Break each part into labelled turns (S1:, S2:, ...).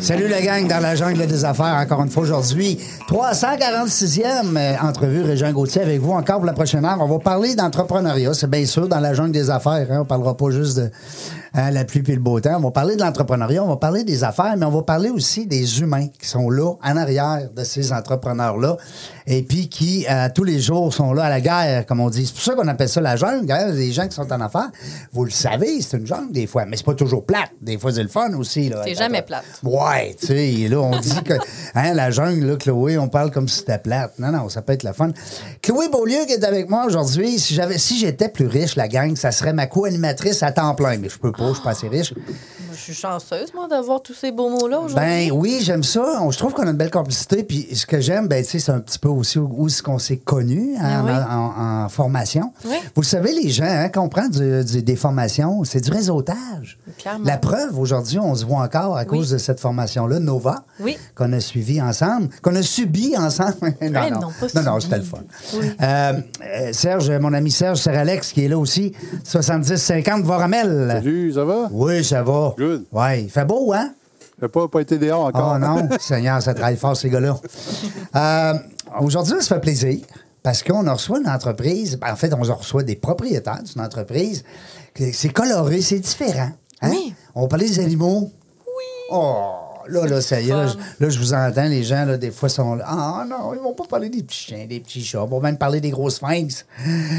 S1: Salut la gang dans la jungle des affaires, encore une fois aujourd'hui. 346e euh, entrevue Régent Gauthier avec vous encore pour la prochaine heure. On va parler d'entrepreneuriat, c'est bien sûr dans la jungle des affaires. Hein. On parlera pas juste de hein, la pluie et le beau temps. On va parler de l'entrepreneuriat, on va parler des affaires, mais on va parler aussi des humains qui sont là en arrière de ces entrepreneurs-là et puis qui euh, tous les jours sont là à la guerre, comme on dit. C'est pour ça qu'on appelle ça la jungle, hein, les gens qui sont en affaires. Vous le savez, c'est une jungle des fois, mais c'est pas toujours plate. Des fois, c'est le fun aussi. là.
S2: C'est jamais plate.
S1: Ouais, tu sais, là, on dit que hein, la jungle, là, Chloé, on parle comme si c'était plate. Non, non, ça peut être le fun. Chloé Beaulieu qui est avec moi aujourd'hui, si j'avais si j'étais plus riche, la gang, ça serait ma co-animatrice à temps plein. Mais je peux pas, je suis pas assez riche.
S2: Moi, Je suis chanceuse, moi, d'avoir tous ces beaux mots-là aujourd'hui.
S1: Ben oui, j'aime ça. On- je trouve qu'on a une belle complicité. Puis ce que j'aime, ben, tu sais, c'est un petit peu aussi où, où est-ce qu'on s'est connus hein,
S2: Ben oui.
S1: en, en- en formation.
S2: Oui.
S1: Vous le savez, les gens, hein, qu'on prend du- du- des formations, c'est du réseautage.
S2: Clairement.
S1: La preuve, aujourd'hui, on se voit encore à cause de cette formation-là, Nova,
S2: Oui.
S1: qu'on a suivi ensemble, qu'on a subi ensemble. non,
S2: Ouais,
S1: non,
S2: non, pas
S1: non, non,
S2: subi.
S1: c'était le fun.
S2: Oui.
S1: Euh, euh, Serge, mon ami Serge, Serge Alex, qui est là aussi, 70-50 Voramel.
S3: Salut, ça va?
S1: Oui, ça va.
S3: Good.
S1: Oui, il fait beau, hein?
S3: T'as pas, pas été dehors encore?
S1: Oh non, Seigneur, ça travaille fort, ces gars-là. Euh, Aujourd'hui, ça fait plaisir parce qu'on en reçoit une entreprise. ben, en fait, on en reçoit des propriétaires d'une entreprise. que C'est coloré, c'est différent. hein?
S2: Oui.
S1: On parlait des animaux. Oui. Oh, là, là, ça y est. Là,
S2: fun.
S1: je- là, je vous entends, les gens, là, des fois, sont là. Ah non, ils vont pas parler des petits chiens, des petits chats. On va même parler des gros sphinx.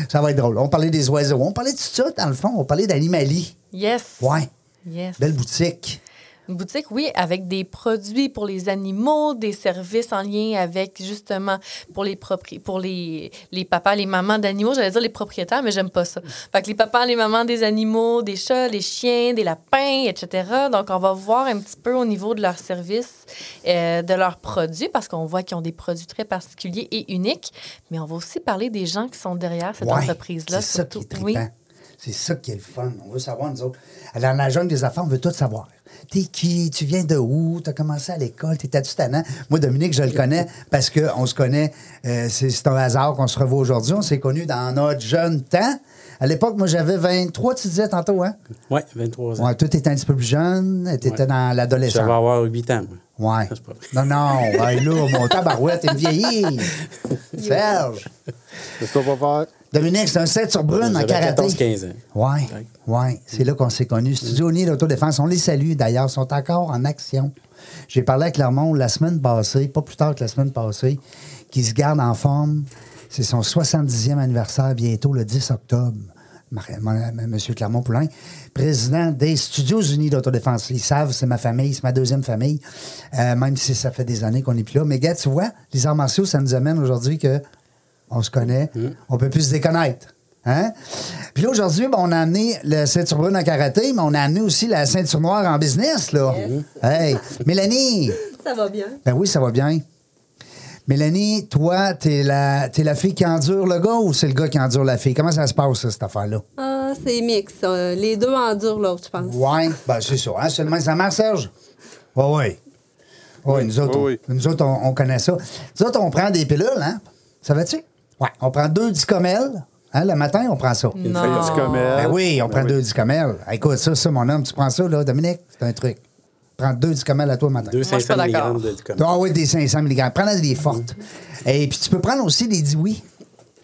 S1: Ça va être drôle. On parlait des oiseaux. On parlait de tout ça, dans le fond. On parlait d'animalie.
S2: Yes.
S1: Ouais. Ben
S2: Yes.
S1: Belle boutique.
S2: Une boutique, oui, avec des produits pour les animaux, des services en lien avec, justement, pour les propri pour les, les papas, les mamans d'animaux. J'allais dire les propriétaires, mais j'aime pas ça. Fait que les papas, les mamans des animaux, des chats, les chiens, des lapins, etc. Donc, on va voir un petit peu au niveau de leurs services, euh, de leurs produits, parce qu'on voit qu'ils ont des produits très particuliers et uniques. Mais on va aussi parler des gens qui sont derrière cette
S1: Ouais,
S2: entreprise-là.
S1: C'est ça qui est
S2: surtout. Oui.
S1: trippant. C'est ça qui est le fun. On veut savoir, nous autres. Dans la jungle des affaires, on veut tout savoir. T'es qui? Tu viens de où? T'as commencé à l'école? T'étais-tu tannant? Moi, Dominique, je le connais parce qu'on se connaît. euh, c'est c'est un hasard qu'on se revoit aujourd'hui. On s'est connus dans notre jeune temps. À l'époque, moi, j'avais 23, tu disais tantôt, hein?
S4: Oui, 23 ans.
S1: Ouais, toi, t'étais un petit peu plus jeune. T'étais
S4: Ouais.
S1: dans
S4: Je vais
S1: l'adolescence.
S4: avoir 8 ans, moi.
S1: Ouais.
S4: Ça, c'est pas vrai.
S1: Non, non. Ben là, mon tabarouette, il me vieillit. Serge.
S3: Qu'est-ce qu'on va faire?
S1: Dominique, c'est un 7 sur brune en
S4: J'avais
S1: karaté.
S4: 14-15 ans.
S1: Oui,
S4: Correct.
S1: oui, c'est là qu'on s'est connus. Studio Uni d'Autodéfense, on les salue d'ailleurs, ils sont encore en action. J'ai parlé à Clermont la semaine passée, pas plus tard que la semaine passée, qui se garde en forme. C'est son 70e anniversaire bientôt, le 10 octobre. Mar- mon- Monsieur Clermont Poulain, président des Studios Unis d'Autodéfense. Ils savent, c'est ma famille, c'est ma deuxième famille, euh, même si ça fait des années qu'on n'est plus là. Mais gars, tu vois, les arts martiaux, ça nous amène aujourd'hui que on se connaît, on peut plus se déconnaître. Hein? Puis là, aujourd'hui, ben, on a amené la ceinture brune en karaté, mais on a amené aussi la ceinture noire en business. Là. Mm-hmm. Hey, Mélanie!
S5: Ça va bien.
S1: Ben oui, ça va bien. Mélanie, toi, t'es la, t'es la fille qui endure le gars ou c'est le gars qui endure la fille? Comment ça se passe, ça, cette affaire-là?
S5: Ah, c'est mix. euh, les deux endurent l'autre, je pense.
S1: Ouais, ben c'est ça. Hein? Seulement, ça marche, Serge? Oui, oui. Oui, nous autres,
S3: oui,
S1: on, nous autres on, on connaît ça. Nous autres, on prend des pilules, hein? Ça va-tu? Oui. On prend deux dicomels. Hein, le matin, on prend ça.
S3: Fait que tu comme elle.
S1: Ben oui, on
S3: Ben
S1: prend
S3: oui.
S1: deux dicomels. Écoute, ça, ça, mon homme, tu prends ça, là, Dominique, c'est un truc. Prends deux dicomels à toi le matin.
S4: Deux
S2: Moi, je suis pas
S4: 500
S2: d'accord.
S4: mg de du
S1: Ah oui, des 500 mg. Prends des fortes. Et puis, tu peux prendre aussi des diouis.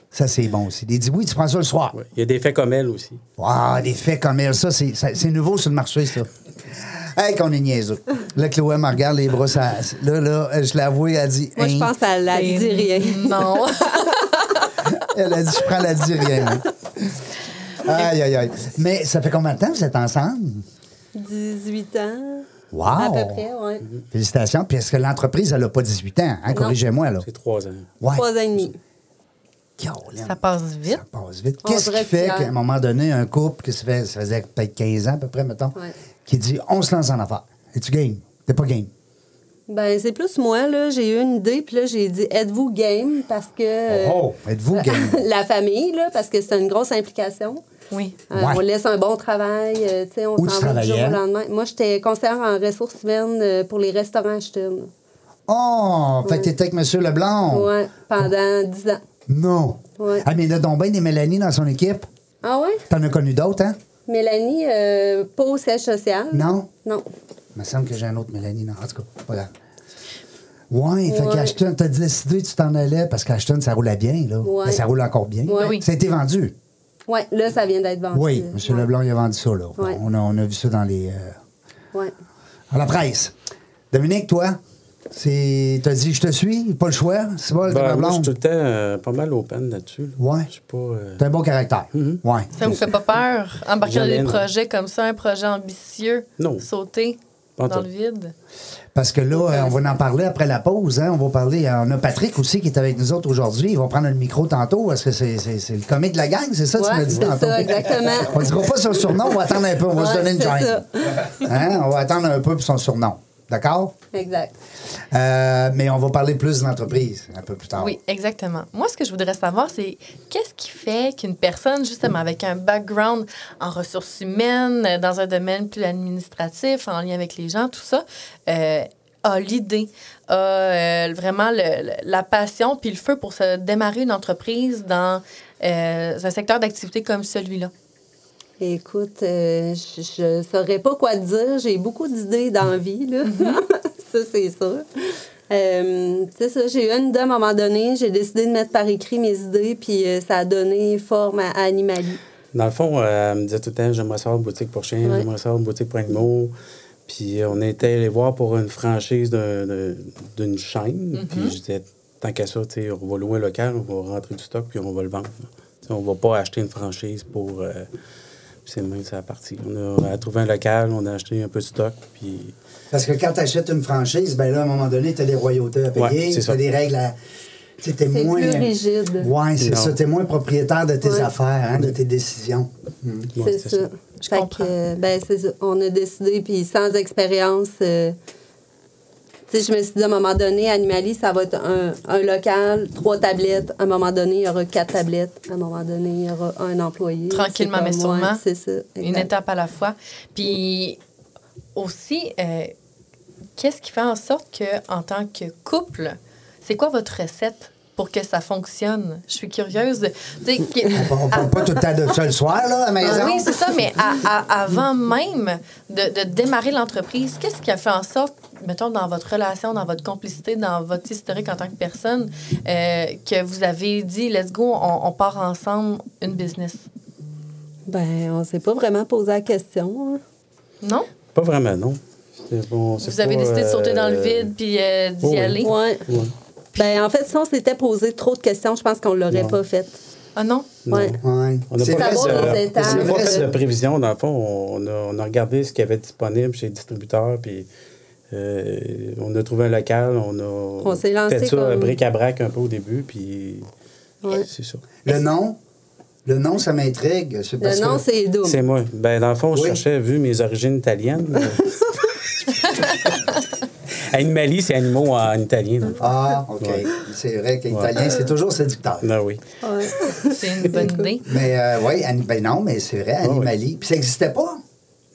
S1: Ça, c'est bon aussi. Des diouis, tu prends ça le soir.
S4: Ouais. Il y a des faits comme elle aussi.
S1: Wow, des faits comme elle, ça, c'est ça- c'est nouveau sur le marché, ça. Hey, qu'on est niaiseux. Là, Chloé me regarde les bras. ça- là, là, je l'avoue, elle a dit.
S5: Moi, je
S1: hein.
S5: pense à la dit rien.
S2: Non.
S1: Elle a dit, je prends la dit rien. hein. Aïe, aïe, aïe. Mais ça fait combien de temps que vous êtes ensemble?
S5: 18 ans.
S1: Wow!
S5: À peu près, oui.
S1: Félicitations. Puis est-ce que l'entreprise, elle n'a pas 18 ans? Hein?
S5: Non.
S1: Corrigez-moi, là.
S4: C'est trois ans.
S1: Ouais.
S5: Trois ans et demi.
S1: Caroline,
S2: Ça passe vite.
S1: ça passe vite.
S5: On
S1: Qu'est-ce qui
S5: dirait
S1: fait
S5: que-
S1: qu'à un moment donné, un couple, que ça, fait, ça faisait peut-être 15 ans à peu près, mettons,
S5: Ouais.
S1: qui dit on se lance en affaires. Es-tu game? T'es pas game.
S5: Ben, c'est plus moi, là. J'ai eu une idée, puis là, j'ai dit êtes-vous game parce que. euh,
S1: Oh, êtes-vous game?
S5: la famille, là, parce que c'est une grosse implication.
S2: Oui.
S5: Euh,
S1: Ouais.
S5: On laisse un bon travail, euh, tu sais, on
S1: Où tu
S5: s'en va du jour au
S1: travaillais?
S5: lendemain. Moi, j'étais conseillère en ressources humaines euh, pour les restaurants Ashton.
S1: Oh, fait que t'étais avec M. Leblanc.
S5: Ouais, pendant 10 ans.
S1: Non.
S5: Ouais.
S1: Ah, mais il y en a donc bien des Mélanie dans son équipe.
S5: Ah ouais?
S1: T'en as connu d'autres, hein?
S5: Mélanie, euh, pas au siège social.
S1: Non?
S5: Non.
S1: Il me semble que j'ai un autre Mélanie. Non, en tout cas, c'est pas grave. Ouais, fait
S5: Ouais.
S1: qu'Ashton, t'as décidé que tu t'en allais parce qu'Ashton, ça roulait bien, là.
S5: Ouais.
S1: Ben, ça roule encore bien.
S5: Ouais.
S2: Oui.
S1: Ça a été vendu.
S5: Ouais, là, ça vient d'être vendu.
S1: Oui, M.
S5: Ouais.
S1: Leblanc, il a vendu ça, là.
S5: Ouais.
S1: On, a, on a vu ça dans les. euh,
S5: Ouais.
S1: à la presse. Dominique, toi, c'est. T'as dit je te suis, pas le choix, c'est pas le
S4: Ben, moi, je suis
S1: blonde.
S4: tout le temps euh, pas mal open là-dessus. là.
S1: Ouais.
S4: Je suis pas. euh,
S1: T'as un bon caractère.
S4: Mhm.
S1: Ouais.
S2: Ça vous fait pas peur, embarquer dans
S4: Jamais,
S2: des
S4: non.
S2: projets comme ça, un projet ambitieux,
S4: Non.
S2: sauter
S4: Pas
S2: dans
S4: tout.
S2: le vide?
S1: Parce que là, euh, on va en parler après la pause. hein. On va parler. euh, On a Patrick aussi qui est avec nous autres aujourd'hui. Il va prendre le micro tantôt. parce que c'est c'est- c'est le comique de la gang? C'est ça que
S5: Ouais,
S1: tu m'as dit
S5: c'est
S1: tantôt?
S5: ça, exactement.
S1: On ne dira pas son surnom. On va attendre un peu. On va se
S5: Ouais,
S1: donner une
S5: c'est
S1: joint. Hein? On va attendre un peu pour son surnom. D'accord?
S5: Exact.
S1: Euh, mais on va parler plus de l'entreprise un peu plus
S4: Ah.
S1: tard.
S2: Oui, exactement. Moi, ce que je voudrais savoir, c'est qu'est-ce qui fait qu'une personne, justement, avec un background en ressources humaines, euh, dans un domaine plus administratif, en lien avec les gens, tout ça, euh, a l'idée, a euh, vraiment le- le- la passion puis le feu pour se démarrer une entreprise dans euh, un secteur d'activité comme celui-là.
S5: Écoute, euh, je- je ne saurais pas quoi te dire. J'ai beaucoup d'idées d'envie, là. ça, c'est sûr. Euh, tu sais ça, j'ai eu une idée à un moment donné. J'ai décidé de mettre par écrit mes idées, puis euh, ça a donné forme à Animalie.
S4: Dans le fond, euh, elle me disait tout le temps j'aimerais savoir une boutique pour chiens,
S5: Ouais.
S4: j'aimerais savoir une boutique pour animaux. Puis euh, on était allé voir pour une franchise d'un- d'un- d'une chaîne.
S2: Mm-hmm.
S4: Puis je disais tant qu'à ça, tu sais, on va louer un local, on va rentrer du stock, puis on va le vendre. Tu sais, on va pas acheter une franchise pour. euh, c'est même ça la partie. On a, trouvé un local, on a acheté un peu de stock, puis.
S1: Parce que quand tu achètes une franchise, ben là, à un moment donné, tu as des royautés à
S4: Ouais,
S1: payer,
S4: c'est
S1: tu as
S4: ça.
S1: des règles à. Tu es
S5: C'est
S1: moins.
S5: plus rigide.
S1: Ouais, c'est
S4: Non.
S1: ça. Tu es moins propriétaire de tes
S5: Ouais.
S1: affaires, hein, de tes décisions. Mm.
S4: ouais,
S5: c'est ça.
S2: Je
S5: Fait que,
S2: comprends.
S5: euh, ben, c'est ça. On a décidé, puis sans expérience, euh, tu sais, je me suis dit à un moment donné, Animalie, ça va être un, un local, trois tablettes. À un moment donné, il y aura quatre tablettes. À un moment donné, il y aura un employé.
S2: Tranquillement,
S5: C'est
S2: mais
S5: comme, ouais,
S2: sûrement.
S5: c'est ça.
S2: une
S5: exact.
S2: étape à la fois. Puis aussi, euh, qu'est-ce qui fait en sorte que, en tant que couple, c'est quoi votre recette pour que ça fonctionne? Je suis curieuse. de- tu sais, que-
S1: On ne parle pas tout le temps de ça le soir, là, à la
S5: Ah
S1: maison.
S2: oui, c'est ça, mais à- à- avant même de, de démarrer l'entreprise, qu'est-ce qui a fait en sorte, mettons, dans votre relation, dans votre complicité, dans votre historique en tant que personne, euh, que vous avez dit, let's go, on, on part ensemble une business?
S5: Ben, on s'est pas vraiment posé la question. hein.
S2: Non?
S4: Pas vraiment, non. C'est- on s'est
S2: Vous avez
S4: pas,
S2: décidé de sauter dans le
S4: euh,
S2: vide puis euh, d'y
S4: oui.
S2: aller?
S5: Ouais.
S4: ouais.
S5: Ben, en fait, si on s'était posé trop de questions, je pense qu'on l'aurait pas fait.
S2: Ah non?
S5: Ouais.
S1: Ouais.
S4: On n'a
S1: C'est vrai,
S4: pas, fait,
S5: Savoir
S4: de-
S1: ça.
S5: les
S4: on
S5: étapes.
S4: n'a
S1: C'est
S4: pas
S1: vrai,
S4: fait
S1: ça.
S4: de prévision. Dans le fond, on a, on a regardé ce qu'il y avait disponible chez les distributeurs, puis euh, on a trouvé un local. On a
S5: On s'est lancé
S4: fait ça
S5: comme-
S4: bric à brac un peu au début, puis
S5: Ouais.
S4: c'est ça.
S1: Le nom, le nom, ça m'intrigue. c'est parce
S5: Le nom,
S1: que-
S5: Euh, c'est Doom.
S4: C'est moi. Ben, dans le fond, je
S1: Oui.
S4: cherchais, vu mes origines italiennes. euh, Animali, c'est animaux en italien. Dans le fond.
S1: Ah, OK.
S4: Ouais.
S1: C'est vrai qu'italien, c'est toujours séducteur.
S4: Non, Ah oui.
S5: Ouais.
S2: C'est une bonne idée.
S1: Mais oui, ben non, mais c'est vrai,
S4: Ah ouais.
S1: Animalie. Puis ça n'existait pas.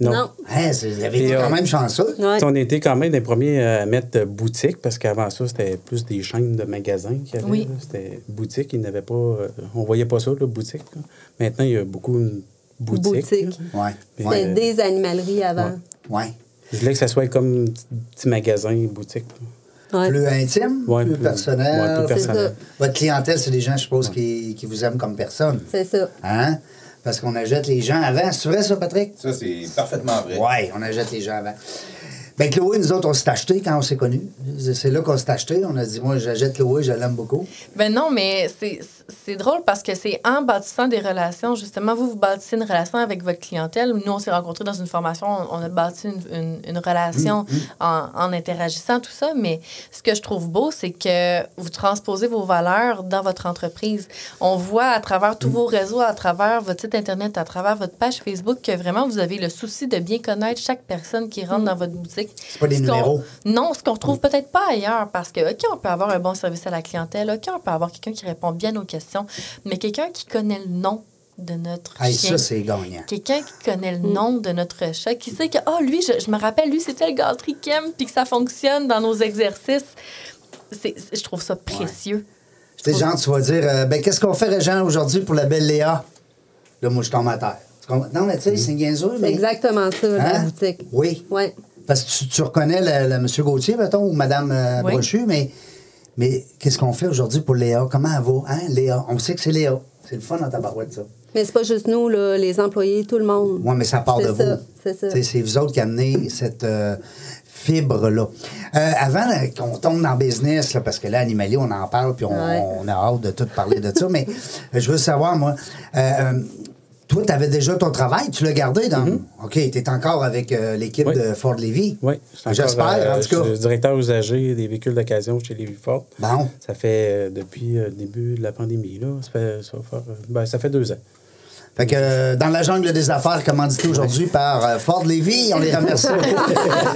S4: Non.
S5: Non.
S1: Hein, c'est- vous avez
S4: Puis,
S1: été
S4: euh,
S1: quand même chanceux.
S5: Ouais.
S4: On était quand même les premiers à mettre boutique parce qu'avant ça, c'était plus des chaînes de magasins qu'il y avait.
S2: Oui.
S4: là. C'était boutique. Ils n'avaient pas. euh, on voyait pas ça, là, boutique. là. Maintenant, il y a beaucoup de boutiques.
S5: Boutique.
S4: là.
S1: Ouais.
S4: Mais,
S5: C'était
S4: euh,
S5: Ben, des animaleries avant.
S1: Ouais.
S4: Je voulais que ça soit comme un petit- petit magasin, boutique. là.
S5: Ouais.
S1: Plus intime,
S4: Ouais,
S1: plus,
S4: plus-
S1: personnel.
S4: ouais, plus
S5: personnel. C'est ça.
S1: Votre clientèle, c'est des gens, je suppose, qui, qui vous aiment comme personne.
S5: C'est ça.
S1: Hein? Parce qu'on achète les gens avant. C'est vrai, ça, Patrick?
S6: Ça, c'est parfaitement vrai.
S1: Oui, on achète les gens avant. Ben, Chloé, nous autres, on s'est acheté quand on s'est connus. C'est là qu'on s'est acheté. On a dit, moi, j'achète Chloé, je l'aime beaucoup.
S2: Ben non, mais c'est- c'est drôle parce que c'est en bâtissant des relations, justement, vous, vous bâtissez une relation avec votre clientèle. Nous, on s'est rencontrés dans une formation, on, on a bâti une, une- une relation
S1: Mmh,
S2: En, en interagissant, tout ça. Mais ce que je trouve beau, c'est que vous transposez vos valeurs dans votre entreprise. On voit à travers
S1: Mmh.
S2: tous vos réseaux, à travers votre site Internet, à travers votre page Facebook, que vraiment, vous avez le souci de bien connaître chaque personne qui rentre dans votre boutique.
S1: Mmh. C'est pas des
S2: Ce qu'on-
S1: numéros.
S2: non, ce qu'on retrouve peut-être pas ailleurs, parce que, OK, on peut avoir un bon service à la clientèle, OK, on peut avoir quelqu'un qui répond bien aux questions, mais quelqu'un qui connaît le nom de notre
S1: Hey,
S2: chien.
S1: ça, c'est gagnant.
S2: Quelqu'un qui connaît
S5: Mm.
S2: le nom de notre chat, qui sait que, oh, lui, je, je me rappelle, lui, c'était le gâterie qu'il aime, puis que ça fonctionne dans nos exercices. C'est, c'est- je trouve ça précieux.
S1: Tu sais, genre, tu vas dire, euh, ben, qu'est-ce qu'on fait, Régent, aujourd'hui pour la belle Léa? Là, moi, je tombe à terre. Tu comprends? Non, mais tu sais, c'est niaiseux,
S5: C'est
S1: mais...
S5: exactement ça, la
S1: Hein?
S5: boutique.
S1: Oui.
S5: Oui.
S1: Parce que tu, tu reconnais le, le monsieur Gauthier, mettons, ou madame euh,
S2: Oui.
S1: Brochu, mais, mais qu'est-ce qu'on fait aujourd'hui pour Léa? Comment elle va? Hein, Léa? On sait que c'est Léa. C'est le fun dans ta barouette, ça.
S5: Mais c'est pas juste nous, là, les employés, tout le monde.
S1: Oui, mais ça part
S5: C'est
S1: de
S5: ça,
S1: vous.
S5: C'est ça.
S1: T'sais, C'est vous autres qui amenez cette euh, fibre-là. Euh, avant euh, qu'on tombe dans le business, là, parce que là, Animalier, on en parle, puis on,
S5: Ouais.
S1: on a hâte de tout parler de ça, mais euh, je veux savoir, moi, euh, euh, toi, tu avais déjà ton travail, tu l'as gardé dans. OK, tu es encore avec euh, l'équipe
S4: Mm-hmm. Oui.
S1: de Ford Lévy.
S4: Oui, je suis encore,
S1: J'espère,
S4: euh,
S1: en
S4: je suis
S1: tout cas.
S4: directeur usager des véhicules d'occasion chez Lévis Fort.
S1: Bon.
S4: Ça fait euh, depuis euh, le début de la pandémie, là. Ça fait, ça va faire, euh, ben, ça fait deux ans.
S1: Fait que euh, dans la jungle des affaires, commandité aujourd'hui par euh, Ford Lévy, on les remercie.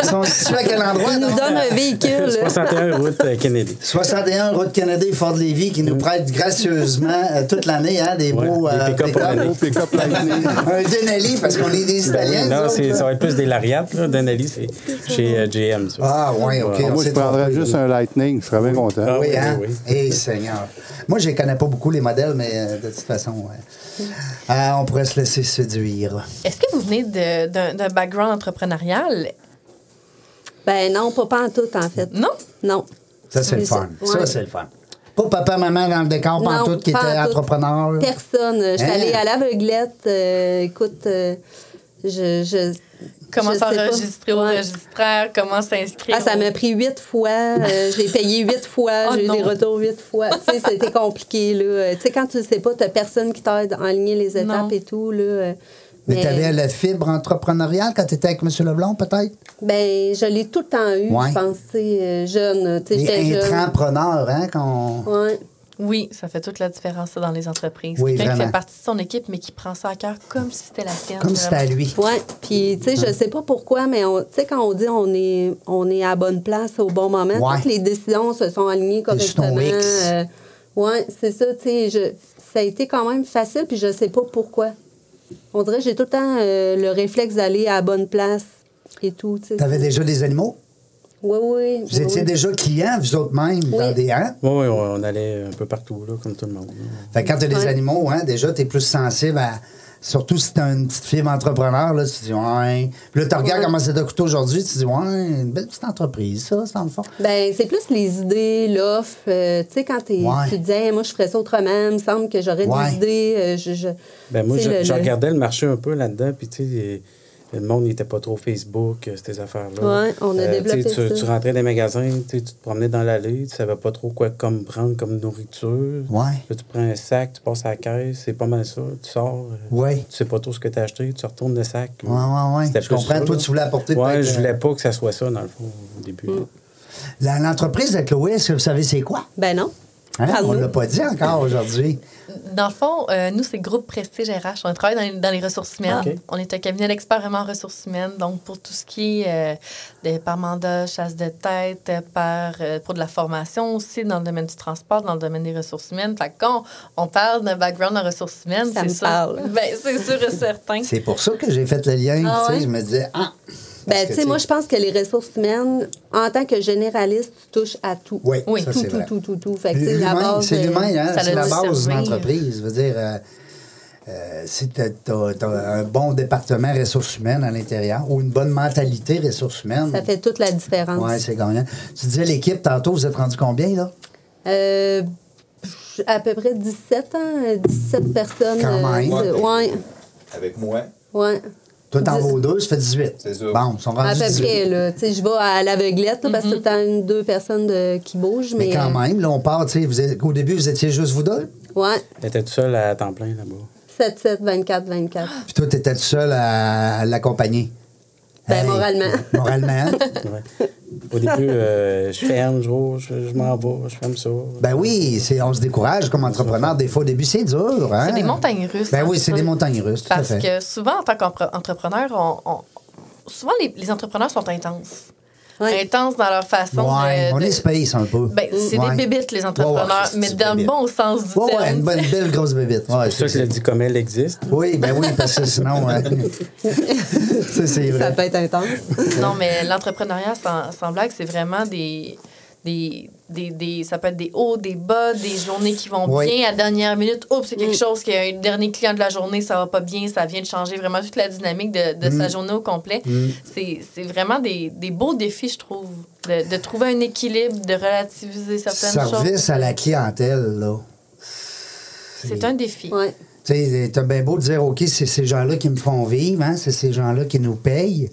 S1: Ils sont situés à quel endroit?
S5: Ils nous
S1: non?
S5: donnent un véhicule.
S4: 61 route euh, Kennedy.
S1: 61 Route Canada et Ford Lévy qui nous prêtent gracieusement euh, toute l'année hein, des
S4: Ouais,
S1: beaux
S4: des
S1: euh,
S4: pick-up
S1: pick-up.
S4: Lightning.
S3: Gros pick-up Lightning.
S1: Un Denali parce qu'on est des Italiens. nous
S4: Non,
S1: autres,
S4: c'est-
S1: là.
S4: ça va être plus des lariates, là. Denali, c'est chez euh, GM, ça.
S1: Ah, ouais, OK. on
S3: Moi, je
S1: s'est
S3: prendrais
S1: trompé.
S3: juste un Lightning. Je serais bien content.
S4: Ah.
S1: Oui,
S4: oui,
S1: hein?
S4: oui,
S1: Eh, Seigneur. Moi, je ne connais pas beaucoup les modèles, mais euh, de toute façon, ouais. Ah, on pourrait se laisser séduire.
S2: Est-ce que vous venez de- d'un, d'un background entrepreneurial?
S5: Ben non, pas, pas en tout, en fait.
S2: Non?
S5: Non.
S1: Ça, c'est le fun. Ça, c'est le fun. Pas papa, maman dans le décor, pas en tout, qui était
S5: pas en tout.
S1: entrepreneur. là.
S5: Personne. Je suis
S1: Hein?
S5: allée à l'aveuglette. euh, écoute, euh, je, je.
S2: Comment
S5: je sais pas.
S2: s'enregistrer au
S5: Ouais.
S2: registraire? Comment s'inscrire?
S5: Ah, ça m'a pris huit fois. euh, je l'ai payé huit fois.
S2: Oh
S5: J'ai eu
S2: non.
S5: des retours huit fois. tu sais, c'était compliqué, là. Euh, Tu sais, quand tu ne sais pas, tu n'as personne qui t'aide à enligner les étapes
S2: Non.
S5: et tout, là. euh,
S1: Mais, tu avais la fibre entrepreneuriale quand tu étais avec M. Leblanc, peut-être?
S5: Ben, je l'ai tout le temps eu,
S1: Ouais.
S5: je pense, tu sais, euh, jeune. Tu sais, j'étais
S1: Les
S5: jeune.
S1: intrapreneurs, hein, qu'on.
S5: Ouais.
S2: Oui, ça fait toute la différence ça, dans les entreprises.
S1: Oui,
S2: Quelqu'un qui
S1: vraiment.
S2: fait partie de son équipe, mais qui prend ça à cœur comme si c'était la sienne.
S1: Comme si c'était à
S2: vraiment.
S1: lui.
S5: Oui, puis tu sais,
S1: Hein?
S5: je sais pas pourquoi, mais on- tu sais, quand on dit on est, on est à bonne place au bon moment,
S1: Ouais.
S5: toutes les décisions se sont alignées correctement.
S1: jetons X.
S5: oui, c'est ça, tu sais, je- ça a été quand même facile, puis je sais pas pourquoi. On dirait que j'ai tout le temps euh, le réflexe d'aller à la bonne place et tout, tu sais.
S1: T'avais déjà des animaux?
S5: Oui, oui.
S1: Vous étiez déjà clients, vous autres mêmes, dans
S5: Oui.
S1: des hein?
S4: Oui, oui, on allait un peu partout, là, comme tout le monde. là.
S1: Fait que quand t'as des
S5: Ouais.
S1: animaux, hein, déjà, t'es plus sensible à. Surtout si t'as une petite fille entrepreneur, là, tu dis ouais. Puis là, tu regardes
S5: Ouais.
S1: comment c'est de coûter aujourd'hui, tu dis ouais, une belle petite entreprise, ça, c'est dans le fond.
S5: Ben, c'est plus les idées, l'offre. euh, tu sais, quand t'es-
S1: Ouais.
S5: tu te dis, Hey, moi, je ferais ça autrement, il me semble que j'aurais
S1: Ouais.
S5: des idées. euh, je, je-
S4: Ben moi,
S5: tu
S4: je,
S5: sais, le-
S4: je
S5: le-
S4: regardais le marché un peu là-dedans, puis tu sais, le monde n'était pas trop Facebook, euh, ces affaires-là. Euh,
S5: Ouais, on
S4: tu
S5: a
S4: sais,
S5: développé
S4: tu,
S5: ça.
S4: tu rentrais dans les magasins, tu sais, tu te promenais dans l'allée, tu savais pas trop quoi comme prendre comme nourriture.
S1: Ouais.
S4: Là, tu prends un sac, tu passes à la caisse, c'est pas mal ça. Tu sors, euh,
S1: Ouais.
S4: tu sais pas trop ce que tu as acheté, tu retournes le sac.
S1: Ouais, ouais, ouais.
S4: C'était
S1: Je
S4: plus
S1: comprends.
S4: ça,
S1: Toi,
S4: là.
S1: tu voulais apporter
S4: Ouais,
S1: peut-être,
S4: je
S1: euh,
S4: voulais pas que ça soit ça, dans le fond, au début.
S5: Mm.
S1: La- L'entreprise de Chloé, est-ce que vous savez c'est quoi?
S5: Ben non.
S1: Hein? On
S5: Parle-nous.
S1: l'a pas dit encore aujourd'hui.
S2: Dans le fond, euh, nous, c'est Groupe Prestige RH. On travaille dans les, dans les ressources humaines.
S4: OK.
S2: On est un cabinet d'experts vraiment en ressources humaines. Donc, pour tout ce qui est euh, de- par mandat, chasse de tête, euh, par, euh, pour de la formation aussi dans le domaine du transport, dans le domaine des ressources humaines. Fait que quand on parle d'un background en ressources humaines,
S5: Ça
S2: c'est
S5: me
S2: sûr-
S5: parle.
S2: Ben, c'est sûr et certain.
S1: C'est pour ça que j'ai fait le lien. tu
S5: Ah
S1: sais,
S5: ouais?
S1: Je me disais, ah. Parce
S5: Ben,
S1: que,
S5: tu sais, moi, je pense que les ressources humaines, en tant que généraliste, tu touches à tout.
S1: Oui,
S2: Oui.
S1: ça,
S5: tout,
S1: c'est
S5: tout,
S1: vrai.
S5: tout, tout, tout. Fait que, tu sais, la
S1: L'humain,
S5: base,
S1: c'est
S5: euh,
S1: l'humain, hein,
S2: ça l'a
S1: c'est la
S2: dû
S1: base d'une
S2: servir.
S1: entreprise. Je veux dire, euh, euh, si tu as, un bon département ressources humaines à l'intérieur ou une bonne mentalité ressources humaines,
S5: Ça fait toute la différence.
S1: ouais, c'est gagnant. Tu disais l'équipe, tantôt, vous êtes rendu combien, là?
S5: Euh, à peu près 17 ans, 17 personnes.
S1: Quand même.
S5: euh,
S6: Ouais.
S5: ouais,
S6: Avec moi,
S5: ouais.
S1: Toi, t'en
S5: Dix-
S1: vaut deux, ça fait 18.
S6: C'est ça.
S1: Bon, ils sont rendus
S5: À peu
S1: 18.
S5: près, là. Tu sais, je vais à l'aveuglette, là, parce
S2: Mm-hmm.
S5: que c'est tout le temps une- deux personnes de- qui bougent, mais.
S1: Mais quand même, là, on part, tu sais, vous êtes- au début, vous étiez juste vous deux.
S5: euh, Ouais.
S4: T'étais tout seul à temps plein là-bas.
S5: 7, 7, 24, 24.
S1: Puis toi, t'étais tout seul à, à l'accompagner.
S5: Ben, moralement.
S1: Moralement.
S4: Ouais. Au début, euh, je ferme, je roule, je, je m'en vais, je ferme ça.
S1: ben oui, c'est- on se décourage comme entrepreneur. Des fois, au début, c'est dur. hein?
S2: C'est des montagnes russes.
S1: Ben
S2: hein,
S1: oui, c'est
S2: ça.
S1: des montagnes russes, tout à
S2: Parce
S1: fait.
S2: que souvent, en tant qu'entrepreneur, on, on- souvent, les, les entrepreneurs sont intenses.
S5: Ouais.
S2: Intenses dans leur façon
S1: Ouais,
S2: euh, de-
S1: on
S2: de-
S1: est space un peu.
S2: Ben, c'est
S1: Ouais.
S2: des bébites, les
S1: Ouais, ouais,
S2: entrepreneurs,
S1: c'est
S2: mais
S1: des
S2: dans le
S1: bébites.
S2: bon sens du
S1: Ouais, ouais,
S2: terme.
S1: une bonne, belle grosse bébite. Ouais,
S4: C'est pour ça que le dit comme elle existe.
S1: Oui, ben oui, parce que sinon. euh, ça, c'est
S5: Ça
S1: vrai.
S5: peut être intense.
S2: Non, mais l'entrepreneuriat, sans, sans blague, c'est vraiment des, des, des, des- Ça peut être des hauts, des bas, des journées qui vont
S1: Oui.
S2: bien. À la dernière minute, oups, c'est quelque chose qui est un dernier client de la journée, ça va pas bien, ça vient de changer vraiment toute la dynamique de, de sa journée au complet. C'est c'est vraiment des, des beaux défis, je trouve, de, de trouver un équilibre, de relativiser certaines
S1: Service
S2: choses.
S1: à la clientèle, là.
S2: C'est un défi.
S5: Ouais.
S1: Tu sais, t'as bien beau de dire, OK, c'est ces gens-là qui me font vivre, hein, c'est ces gens-là qui nous payent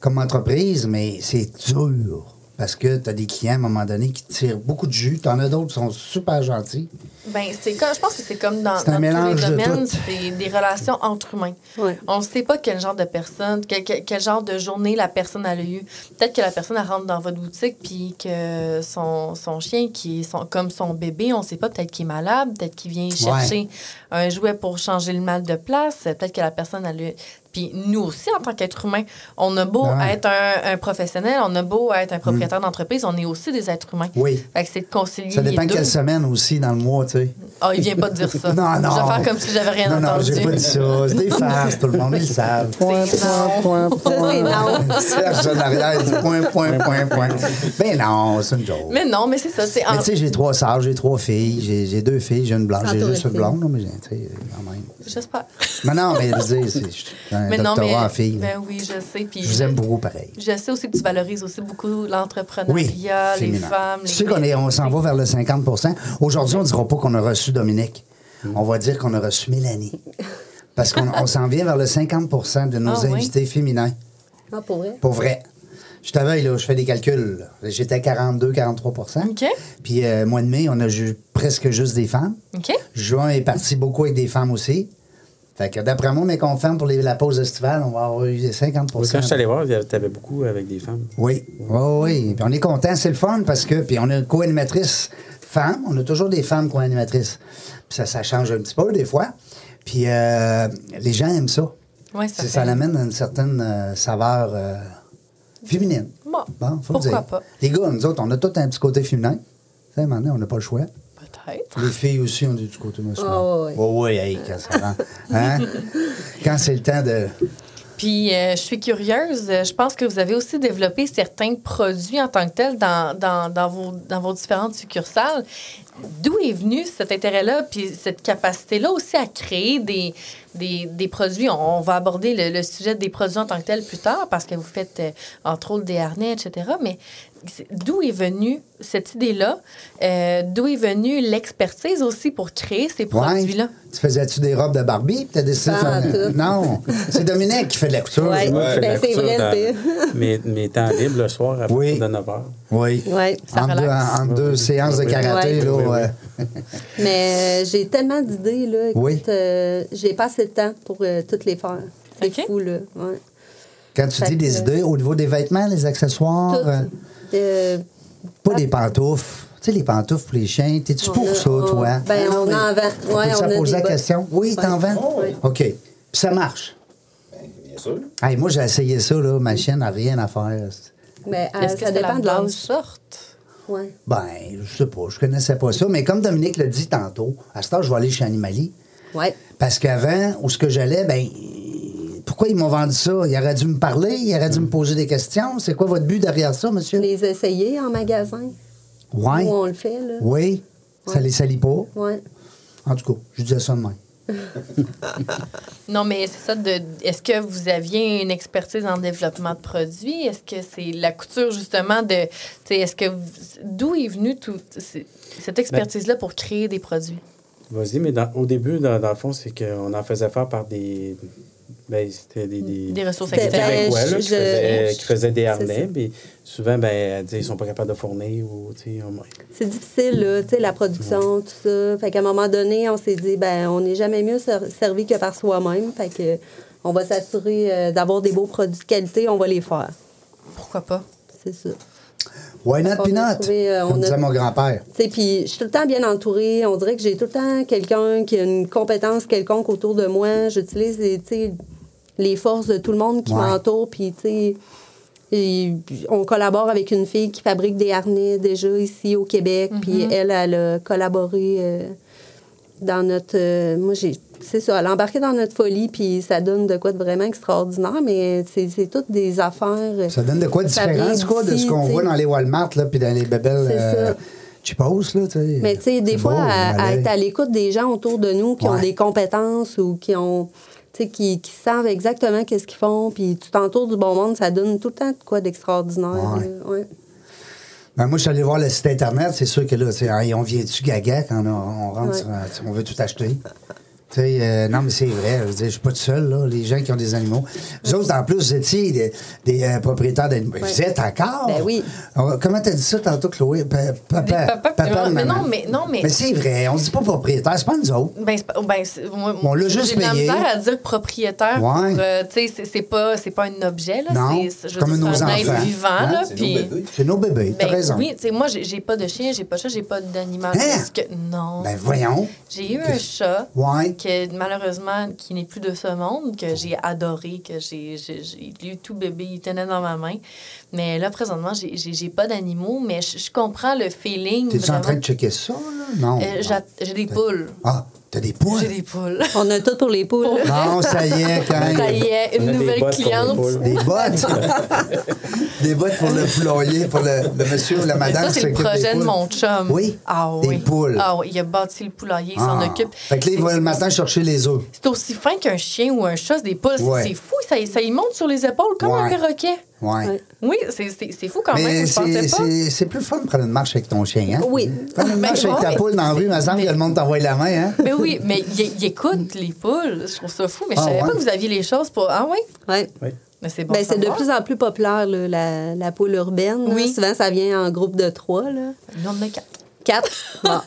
S1: comme entreprise, mais c'est dur. Parce que t'as des clients, à un moment donné, qui te tirent beaucoup de jus. T'en as d'autres qui sont super gentils.
S2: Ben, c'est comme, je pense que c'est comme dans,
S1: C'est un
S2: dans tous
S1: mélange
S2: les
S1: de
S2: domaines,
S1: tout.
S2: c'est des relations entre humains.
S5: Ouais.
S2: On ne sait pas quel genre de personne, quel, quel- quel genre de journée la personne elle a eu. Peut-être que la personne elle rentre dans votre boutique puis que son, son chien, qui est son- comme son bébé, on ne sait pas, peut-être qu'il est malade, peut-être qu'il vient chercher un jouet pour changer le mal de place, peut-être que la personne elle a eu... Puis nous aussi, en tant qu'être humain, on a beau
S1: Ah Ouais. Mm.
S2: être un, un professionnel, on a beau être un propriétaire d'entreprise, on est aussi des êtres humains.
S1: Oui.
S2: Fait que c'est de concilier
S1: Ça dépend
S2: les deux.
S1: quelle semaine aussi dans le mois, tu sais.
S2: Ah, il vient pas de dire ça.
S1: Non, non.
S2: Je vais faire comme si j'avais rien
S1: non, non,
S2: entendu.
S1: j'ai pas dit ça. C'est des farces, tout le monde, ils le savent. Point,
S2: non.
S1: point, point,
S5: c'est
S1: point. Serge en arrière, il dit point, point, point, point. Ben non, c'est une joke.
S2: Mais non, mais c'est ça. c'est en-
S1: Mais tu sais, j'ai trois sœurs, j'ai trois filles, j'ai- j'ai deux filles, j'ai une blonde,
S2: Ah,
S1: j'ai
S5: Entourée
S1: juste
S5: de
S1: une
S5: filles.
S1: blonde, là, mais j'ai- tu sais, quand même.
S2: J'espère.
S1: Mais non, mais je veux dire, c'est je suis un
S2: mais non,
S1: doctorat
S2: mais.
S1: en filles. là.
S2: Ben oui, je sais. Puis
S1: je vous aime beaucoup pareil.
S2: Je sais aussi que tu valorises aussi beaucoup
S1: Oui,
S2: l'entrepreneuriat, les
S1: féminin.
S2: femmes, les
S1: Tu sais qu'on est- on s'en va vers le 50 Aujourd'hui, on ne dira pas qu'on a reçu Dominique.
S2: Hmm.
S1: On va dire qu'on a reçu Mélanie. Parce qu'on on s'en vient vers le 50 de nos
S2: Ah oui?
S1: invités féminins.
S5: Ah, pour vrai?
S1: Pour vrai. Je t'avais, là, je fais des calculs. là. J'étais à 42-43
S2: OK.
S1: Puis, euh, mois de mai, on a ju- presque juste des femmes.
S2: OK?
S1: Juin est parti beaucoup avec des femmes aussi. Fait que d'après moi, mais qu'on ferme pour les- la pause estivale, on va avoir eu 50
S4: Quand je suis allé voir, il y avait- t'avais beaucoup avec des femmes.
S1: Oui, oui, oui. Puis on est content, c'est le fun parce que. Puis on a une co-animatrice femme. On a toujours des femmes co-animatrices. Puis ça, ça change un petit peu des fois. Puis euh, les gens aiment ça.
S2: Oui,
S1: Ça,
S2: ça.
S1: ça
S2: fait-
S1: l'amène à une certaine euh, saveur euh, féminine.
S2: Bon,
S1: Bon, faut le
S2: pourquoi
S1: dire.
S2: pas?
S1: Les gars, nous autres, on a tout un petit côté féminin. Tu sais, maintenant, on n'a pas le choix.
S2: Peut-être.
S1: Les filles aussi, on est du côté masculin.
S5: Ah, ouais, ouais.
S1: Oui, oui, hey, quand ça rentre. Hein? quand c'est le temps de.
S2: Puis, euh, je suis curieuse. euh, Je pense que vous avez aussi développé certains produits en tant que tels dans, dans, dans vos, dans vos différentes succursales. D'où est venu cet intérêt-là, puis cette capacité-là aussi à créer des, des, des produits? On, on va aborder le, le sujet des produits en tant que tels plus tard, parce que vous faites, euh, entre autres, des harnais, etc. Mais c'est- d'où est venue cette idée-là? Euh, d'où est venue l'expertise aussi pour créer ces produits-là?
S1: Ouais. Tu faisais-tu des robes de Barbie? Puis t'as décidé de
S5: Pas
S1: faire-
S5: en tout.
S1: Non. C'est Dominique qui fait de la couture.
S5: Ouais.
S4: Moi, je fais de la
S5: Ben, c'est
S4: couture
S5: vrai,
S4: dans mes, mes temps libres le soir à
S1: Oui.
S4: partir de 9 h.
S1: Oui.
S5: Ouais.
S2: Ça
S1: En deux,
S2: relaxe.
S1: en deux séances de karaté,
S5: Ouais.
S1: là.
S4: Oui, oui.
S1: ouais.
S5: Mais euh, j'ai tellement d'idées, là. Écoute,
S1: Oui.
S5: euh, j'ai pas assez de temps pour euh, toutes les faire. C'est
S2: Ok.
S5: fou, là. Ouais.
S1: Quand tu
S5: Fait
S1: dis des
S5: que-
S1: idées, au niveau des vêtements, les accessoires,
S5: Tout.
S1: euh,
S5: Euh,
S1: pas des pantoufles. Tu sais, les pantoufles pour les chiens, t'es-tu
S5: on
S1: pour
S5: a-
S1: ça,
S5: on-
S1: toi? hein? Ah,
S5: Ben, on
S1: oui. On
S5: en vend. Ouais,
S1: peut
S5: on
S1: ça poser
S5: a des
S1: la
S5: bottes.
S1: question? Oui, t'en
S5: Ouais.
S1: vends?
S5: Oui.
S1: OK. Puis ça marche.
S6: Ben, bien sûr.
S1: Hey, moi, j'ai essayé ça, là. Ma chienne n'a rien à faire.
S5: Mais euh,
S2: Est-ce que
S5: ça
S2: c'est la
S5: dépend de
S2: bonne
S5: l'âge.
S2: sorte?
S5: Ouais.
S1: Ben, je sais pas, je connaissais pas ça. Mais comme Dominique l'a dit tantôt, à ce heure, je vais aller chez Animalie.
S5: Ouais.
S1: Parce qu'avant, où ce que j'allais, ben pourquoi ils m'ont vendu ça? Ils auraient dû me parler, ils auraient dû me poser des questions. C'est quoi votre but derrière ça, monsieur?
S5: Les essayer en magasin.
S1: Mm. Ouais.
S5: Où on le fait, là.
S1: Oui. Ça
S5: Ouais.
S1: les salit pas.
S5: Ouais.
S1: En tout cas, je disais ça de même.
S2: Non, mais c'est ça. De, est-ce que vous aviez une expertise en développement de produits? Est-ce que c'est la couture, justement, de. tu sais, Est-ce que. vous- D'où est venue tout, c'est-
S1: Ben,
S2: cette expertise-là pour créer des produits?
S4: Vas-y, mais dans- au début, dans, dans le fond, c'est qu'on en faisait faire par des, ben, c'était des, des,
S2: Des ressources
S4: des
S2: externes.
S4: Québécois, là,
S5: Ben, je-
S4: qui, faisaient,
S5: je-
S4: qui faisaient des
S5: c'est
S4: harnais.
S5: ça.
S4: Puis souvent, ben, elle disait, ils sont pas capables de fournir. Ou, tu sais, on-
S5: C'est difficile, là, tu sais, la production, tout ça. Fait qu'à un moment donné, on s'est dit, ben, on n'est jamais mieux ser- servi que par soi-même. Fait que on va s'assurer euh, d'avoir des beaux produits de qualité, on va les faire.
S2: Pourquoi pas?
S5: C'est ça.
S1: Why not
S5: On a
S1: peanut?
S5: trouvé, euh,
S1: Comme
S5: on a-
S1: disait mon grand-père.
S5: Tu sais, puis je suis tout le temps bien entourée. On dirait que j'ai tout le temps quelqu'un qui a une compétence quelconque autour de moi. J'utilise, les- tu sais, les forces de tout le monde qui
S1: Ouais.
S5: m'entoure. Puis, tu sais, et- puis on collabore avec une fille qui fabrique des harnais déjà ici au Québec.
S1: Mm-hmm.
S5: Puis elle, elle a collaboré euh, dans notre... euh, moi, j'ai... C'est ça, elle a embarqué dans notre folie, puis ça donne de quoi de vraiment extraordinaire, mais c'est, c'est toutes des affaires... euh,
S1: Ça donne de quoi de
S5: ça vient
S1: différent, du coup, de
S5: d'ici,
S1: ce qu'on
S5: tu sais.
S1: voit dans les Walmart, là, puis dans les bébelles
S5: C'est
S1: euh,
S5: ça.
S1: Chipos, là, tu sais.
S5: Mais tu sais, des
S1: C'est
S5: fois,
S1: beau,
S5: à, à
S1: Malais.
S5: être à l'écoute des gens autour de nous qui ont
S1: Ouais.
S5: des compétences ou qui ont tu sais, qui, qui savent exactement qu'est-ce qu'ils font, puis tu t'entoures du bon monde, ça donne tout le temps de quoi d'extraordinaire.
S1: Ouais.
S5: là. Ouais.
S1: Ben, moi, je suis allé voir le site Internet, c'est sûr que là, tu sais, hein, on vient-tu gaga quand on, on rentre,
S5: Ouais.
S1: sur un- tu sais, on veut tout acheter? Tu sais, euh, non, mais c'est vrai, je veux dire, je suis pas tout seul, là, les gens qui ont des animaux. Vous autres, en plus, vous étiez des, des, euh, propriétaires d'animaux. Vous êtes encore?
S5: Ben oui.
S1: Alors, comment t'as dit ça tantôt, Chloé? Pa- papa,
S2: Des papas, puis maman.
S1: maman.
S2: Mais non, mais- non, mais-
S1: Mais c'est vrai, on dit pas propriétaire, c'est pas nous autres.
S2: Ben, c'est pas- ben, c'est- moi,
S1: On l'a juste
S2: J'ai de la
S1: payé.
S2: misère à dire propriétaire. pour,
S1: Ouais.
S2: euh, tu sais, c'est- c'est pas, c'est pas un objet. Là.
S1: Non,
S2: C'est- c'est- je veux
S1: comme
S2: dire,
S1: nos
S2: c'est un être
S1: enfants.
S2: vivant.
S1: Hein,
S2: là,
S6: c'est nos
S2: puis-
S6: bébés.
S1: C'est nos bébés, t'as
S2: Ben,
S1: raison.
S2: Oui, tu sais, moi, j'ai j'ai pas de chien, j'ai pas de chat, j'ai pas d'animal.
S1: Hein?
S2: Parce que- Non.
S1: Ben voyons.
S2: J'ai eu un chat
S1: Ouais.
S2: que malheureusement qui n'est plus de ce monde que j'ai adoré que j'ai j'ai- j'ai eu tout bébé il tenait dans ma main mais là présentement j'ai- j'ai j'ai pas d'animaux mais je je comprends le feeling
S1: T'es-tu en
S2: vraiment.
S1: train de checker ça, là? Non.
S2: Euh, j'a- j'ai des poules
S1: Ah, t'as des poules?
S2: j'ai des poules
S5: On a tout pour les poules.
S1: Non, ça y est, quand même.
S2: ça y est
S4: On
S2: une
S4: a des
S2: nouvelle
S4: bottes pour les
S2: cliente
S4: poules.
S1: Des bottes. des bottes pour le poulailler, pour le, le monsieur ou la
S2: Mais
S1: madame.
S2: ça,
S1: qui
S2: c'est le
S1: s'occupe des
S2: projet de
S1: poules.
S2: mon chum.
S1: Oui.
S2: Ah oui.
S1: Des poules.
S2: Ah oui, il a bâti le poulailler, il s'en
S1: Ah.
S2: occupe.
S1: Fait que là, il va le matin chercher les œufs.
S2: C'est aussi fin qu'un chien ou un chat, c'est des poules. C'est-
S1: Ouais.
S2: C'est fou, ça, ça y monte sur les épaules comme un
S1: Ouais.
S2: perroquet.
S1: Ouais.
S5: Ouais.
S2: Oui, c'est- c'est c'est fou quand
S1: Mais
S2: même, je pensais
S1: c'est-
S2: pas.
S1: c'est c'est plus fun de prendre une marche avec ton chien, hein?
S5: Oui.
S1: Prendre une
S2: Ben,
S1: marche avec ta
S2: ouais.
S1: poule dans la rue, il me semble que le monde t'envoie la main, hein?
S2: Mais oui, mais il il écoute les poules. Je trouve ça fou, mais je
S1: Ah
S2: savais
S1: ouais.
S2: pas que vous aviez les choses pour. Ah oui?
S5: Ouais.
S4: ouais.
S2: Mais c'est bon.
S5: Ben, c'est de
S2: savoir.
S5: plus en plus populaire, là, la, la poule urbaine. là.
S2: Oui.
S5: Souvent, ça vient en groupe de trois. Là.
S2: Il y en a quatre.
S5: Quatre. Bon.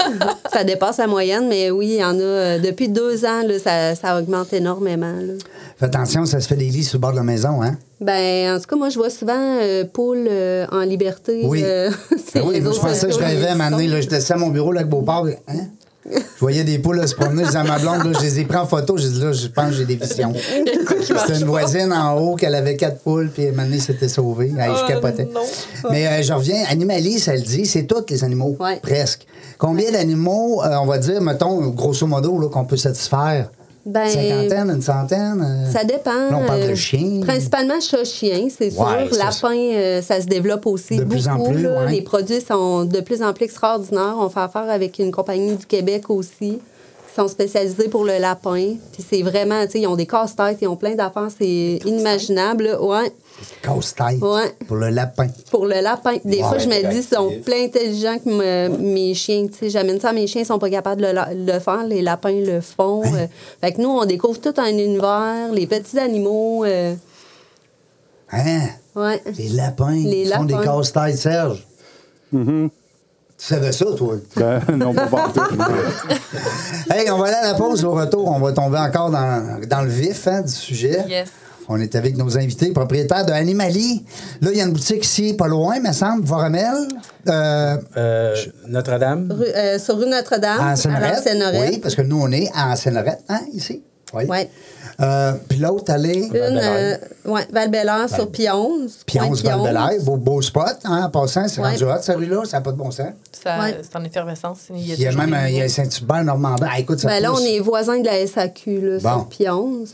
S5: ça dépasse la moyenne, mais oui, il y en a. euh, Depuis deux ans, là, ça, ça augmente énormément. là.
S1: Fais attention, ça se fait des lits sur le bord de la maison, hein?
S5: Ben, en tout cas, moi, je vois souvent euh, poules euh, en liberté.
S1: Oui.
S5: euh,
S1: Ben
S5: sur
S1: oui,
S5: les
S1: moi, je
S5: réseaux
S1: pensais que je
S5: sociaux,
S1: rêvais à
S5: ils
S1: m'amener.
S5: sont-
S1: là, Je descends à mon bureau, là, avec Beauport. et- Hein? Je voyais des poules là, se promener. Je disais à ma blonde, là, je les ai pris en photo. Je dis, là, je pense que j'ai des visions. C'était une voisine en haut qu'elle avait quatre poules, puis à un moment donné, s'était sauvée. Hey, je
S2: Oh,
S1: capotais.
S2: non.
S1: Mais euh, je reviens, animaliste, elle dit, c'est tous les animaux,
S5: Ouais.
S1: presque. Combien d'animaux, euh, on va dire, mettons, grosso modo, là, qu'on peut satisfaire?
S5: Ben,
S1: Cinquantaine, une centaine? euh?
S5: Ça dépend.
S1: Là, on parle de
S5: euh,
S1: chiens.
S5: Principalement chat-chien, c'est sûr.
S1: Ouais, c'est ça.
S5: Lapin, euh, ça se développe aussi
S1: De
S5: beaucoup.
S1: plus en plus,
S5: là.
S1: ouais.
S5: Les produits sont de plus en plus extraordinaires. On fait affaire avec une compagnie du Québec aussi qui sont spécialisés pour le lapin. Puis c'est vraiment, tu sais, ils ont des casse-têtes, ils ont plein d'affaires, c'est inimaginable. là. Ouais.
S1: Casse-tête
S5: Ouais.
S1: pour le lapin.
S5: pour le lapin. Des fois, je me dis, ils sont
S6: interactifs.
S5: plein intelligents que me- mes chiens. Tu sais, J'amène ça à mes chiens, ils sont pas capables de le, la- le faire. Les lapins le font. euh. fait que nous, on découvre tout un univers, les petits animaux. euh,
S1: Hein?
S5: ouais.
S1: Les lapins
S5: Les
S1: ils font des
S5: lapins.
S1: casse-têtes, Serge. Tu savais ça, toi?
S3: Ben, non, pas partout.
S1: Hey, on va aller à la pause. Au retour, on va tomber encore dans, dans le vif hein, du sujet.
S2: Yes.
S1: On est avec nos invités, propriétaires de Animalie. Là, il y a une boutique ici, pas loin, me semble, Voremel.
S5: Ah,
S1: Euh,
S4: Euh, Notre-Dame,
S5: Rue- euh, sur rue Notre-Dame,
S1: à
S5: à
S1: Ansenorette.
S5: Ansenorette.
S1: Ah, Oui, parce que nous, on est à Ansenorette, hein, ici. Oui.
S5: Ouais.
S1: Euh, puis l'autre, elle est...
S5: Une,
S4: Val-Bélair.
S5: euh, ouais, Val-Bélair sur Pionce. coin
S1: Pionce Val-Belair, beau, beau spot, hein, en passant. C'est
S5: Ouais.
S1: rendu hot, cette rue-là, ça n'a pas de bon sens.
S2: Ça,
S5: Ouais.
S2: C'est en effervescence. Il y a,
S1: Il y a
S2: toujours
S1: même
S2: des
S1: un- il y a
S2: nouveaux.
S1: Saint-Hubert, Normandin. Ah, écoute, ça
S5: Ben là, on
S1: pousse.
S5: est voisins de la SAQ, là,
S1: Bon.
S5: sur Pionce.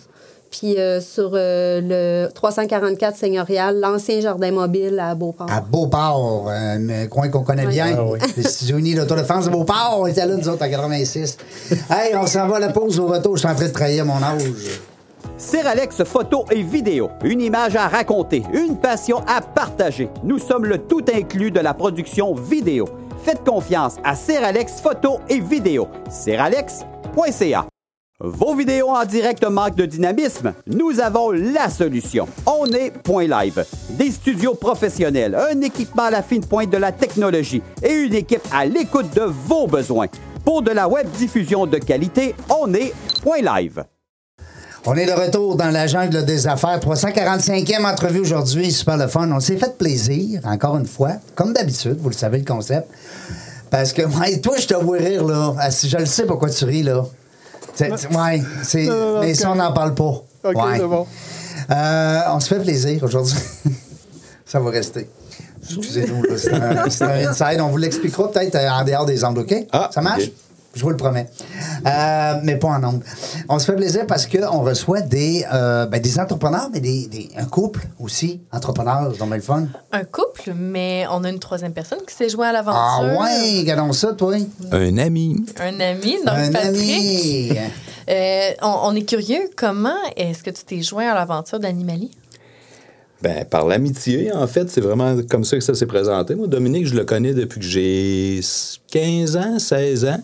S5: Puis euh, sur euh, le 344 Seigneurial, l'ancien jardin mobile à Beauport.
S1: À Beauport, un euh, coin qu'on connaît
S5: Ouais.
S1: bien.
S4: Ah oui.
S1: Les studios unis l'Auto de France de Beauport, on était là, nous autres, en 86. hey, on s'en va à la pause au retour. Je suis en train de trahir mon âge.
S7: Alex photo et vidéo, une image à raconter, une passion à partager. Nous sommes le tout inclus de la production vidéo. Faites confiance à Alex photo et vidéo. Seralex.ca Vos vidéos en direct manquent de dynamisme? Nous avons la solution. On est Point Live. Des studios professionnels, un équipement à la fine pointe de la technologie et une équipe à l'écoute de vos besoins. Pour de la web diffusion de qualité, on est Point Live.
S1: On est de retour dans la jungle des affaires. 345e entrevue aujourd'hui. Super le fun. On s'est fait plaisir, encore une fois. Comme d'habitude, vous le savez, le concept. Parce que, ouais, toi, je te vois rire, là. Ah, si- Je le sais pourquoi tu ris, là. C'est- Ouais, c'est-
S3: Non, non,
S1: mais
S3: ok.
S1: ça, on n'en parle pas.
S3: Ok,
S1: Ouais.
S3: c'est bon.
S1: Euh, on se fait plaisir aujourd'hui. ça va rester. Excusez-nous, là, c'est un, c'est un inside. On vous l'expliquera peut-être euh, en dehors des ondes, OK?
S6: Ah,
S1: ça marche?
S6: ok.
S1: Je vous le promets. Euh, mais pas en ondes. On se fait plaisir parce qu'on reçoit des, euh, ben, des entrepreneurs, mais des, des- un couple aussi, entrepreneurs, dans le fun.
S2: Un couple, mais on a une troisième personne qui s'est joint à l'aventure.
S1: Ah ouais, regardons ça, toi.
S6: Un ami.
S2: Un ami, donc
S1: un
S2: Patrick.
S1: ami.
S2: Euh, on, on est curieux, comment est-ce que tu t'es joint à l'aventure d'Animalie?
S6: Ben, par l'amitié, en fait, c'est vraiment comme ça que ça s'est présenté. Moi, Dominique, je le connais depuis que j'ai 15 ans, 16 ans.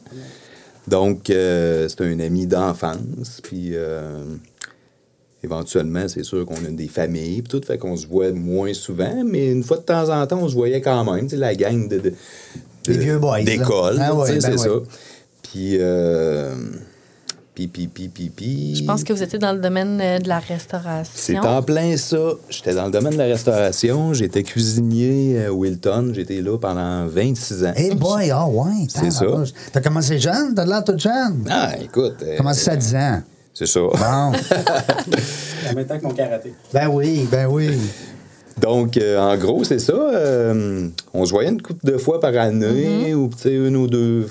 S6: Donc, euh, c'est un ami d'enfance. Puis, euh, éventuellement, c'est sûr qu'on a des familles, puis tout, fait qu'on se voit moins souvent, mais une fois de temps en temps, on se voyait quand même, tu sais, la gang de... de- de-
S1: Les vieux boys, là.
S6: D'école,
S1: Ah
S6: tu sais,
S1: ouais, ben
S6: c'est
S1: ouais.
S6: ça. Puis, euh, puis, puis, puis, puis, puis...
S2: Je
S1: Mm.
S2: pense que vous étiez dans le domaine euh, de la restauration.
S6: C'est en plein ça. J'étais dans le domaine de la restauration. J'étais cuisinier euh, à Wilton. J'étais là pendant 26 ans.
S1: Hey boy, ah ouais.
S6: C'est ça.
S1: tabarnouche. T'as commencé jeune? T'as de l'air toute jeune?
S6: Ah, écoute. euh,
S1: T'as commencé à 10 ans.
S6: C'est ça.
S1: Bon.
S4: En même temps que mon karaté.
S1: ben oui, ben oui.
S6: Donc, euh, en gros, c'est ça. Euh, on se voyait une couple de fois par
S1: Mm-hmm.
S6: année ou, tu sais, une ou deux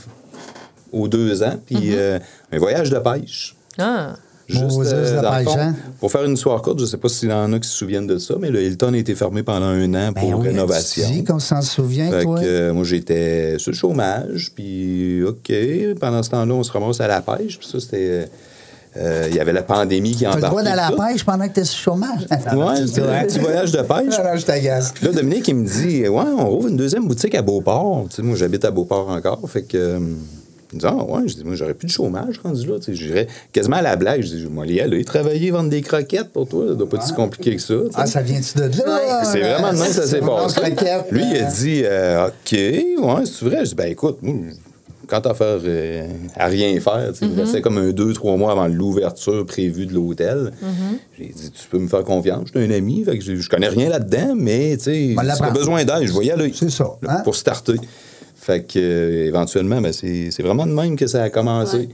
S6: aux deux ans. Puis,
S1: Mm-hmm.
S6: euh, un voyage de pêche. euh,
S2: Ah.
S1: Moses de
S6: dans
S1: pêche,
S6: le fond,
S1: hein?
S6: Pour faire une histoire courte, je ne sais pas s'il y en a qui se souviennent de ça, mais le Hilton a été fermé pendant un an pour
S1: Ben oui,
S6: rénovation.
S1: Tu dis qu'on s'en souvient,
S6: Fait
S1: toi?
S6: que, euh, moi, j'étais sur le chômage, puis OK, pendant ce temps-là, on se ramasse à la pêche, puis ça, c'était... euh, Il y avait la pandémie qui
S1: T'as
S6: embarquait.
S1: le droit d'aller à
S6: tout.
S1: la pêche pendant que t'es sur le chômage?
S6: Ouais, c'était un petit voyage de pêche.
S1: Non, non, je t'agace.
S6: Puis là, Dominique, il me dit Ouais, on rouvre une deuxième boutique à Beauport. Tu sais, moi, j'habite à Beauport encore. Fait que. euh, il me dit, ah, ouais, je dis, moi, j'aurais plus de chômage rendu là. Tu sais, j'irais quasiment à la blague. Je dis, je vais aller, aller travailler, vendre des croquettes pour toi. Ça doit pas être si compliqué que ça. tu sais.
S1: Ah, ça vient-tu de là?
S6: C'est vraiment de même que ça s'est
S1: On lance la
S6: passé.
S1: quête,
S6: Lui, il a
S1: euh,
S6: dit euh, OK, ouais, c'est vrai. Je dis ben écoute, moi, quant à faire euh, à rien faire, tu sais, il restait comme un deux, trois mois avant l'ouverture prévue de l'hôtel. J'ai dit Tu peux me faire confiance, je suis un ami, fait que je, je connais rien là-dedans, mais tu sais,
S1: On
S6: si
S1: l'apprend.
S6: t'as besoin d'aide, je voyais l'œil.
S1: Ben, C'est ça, hein?
S6: Pour starter. Fait que euh, éventuellement, ben, c'est c'est vraiment de même que ça a commencé.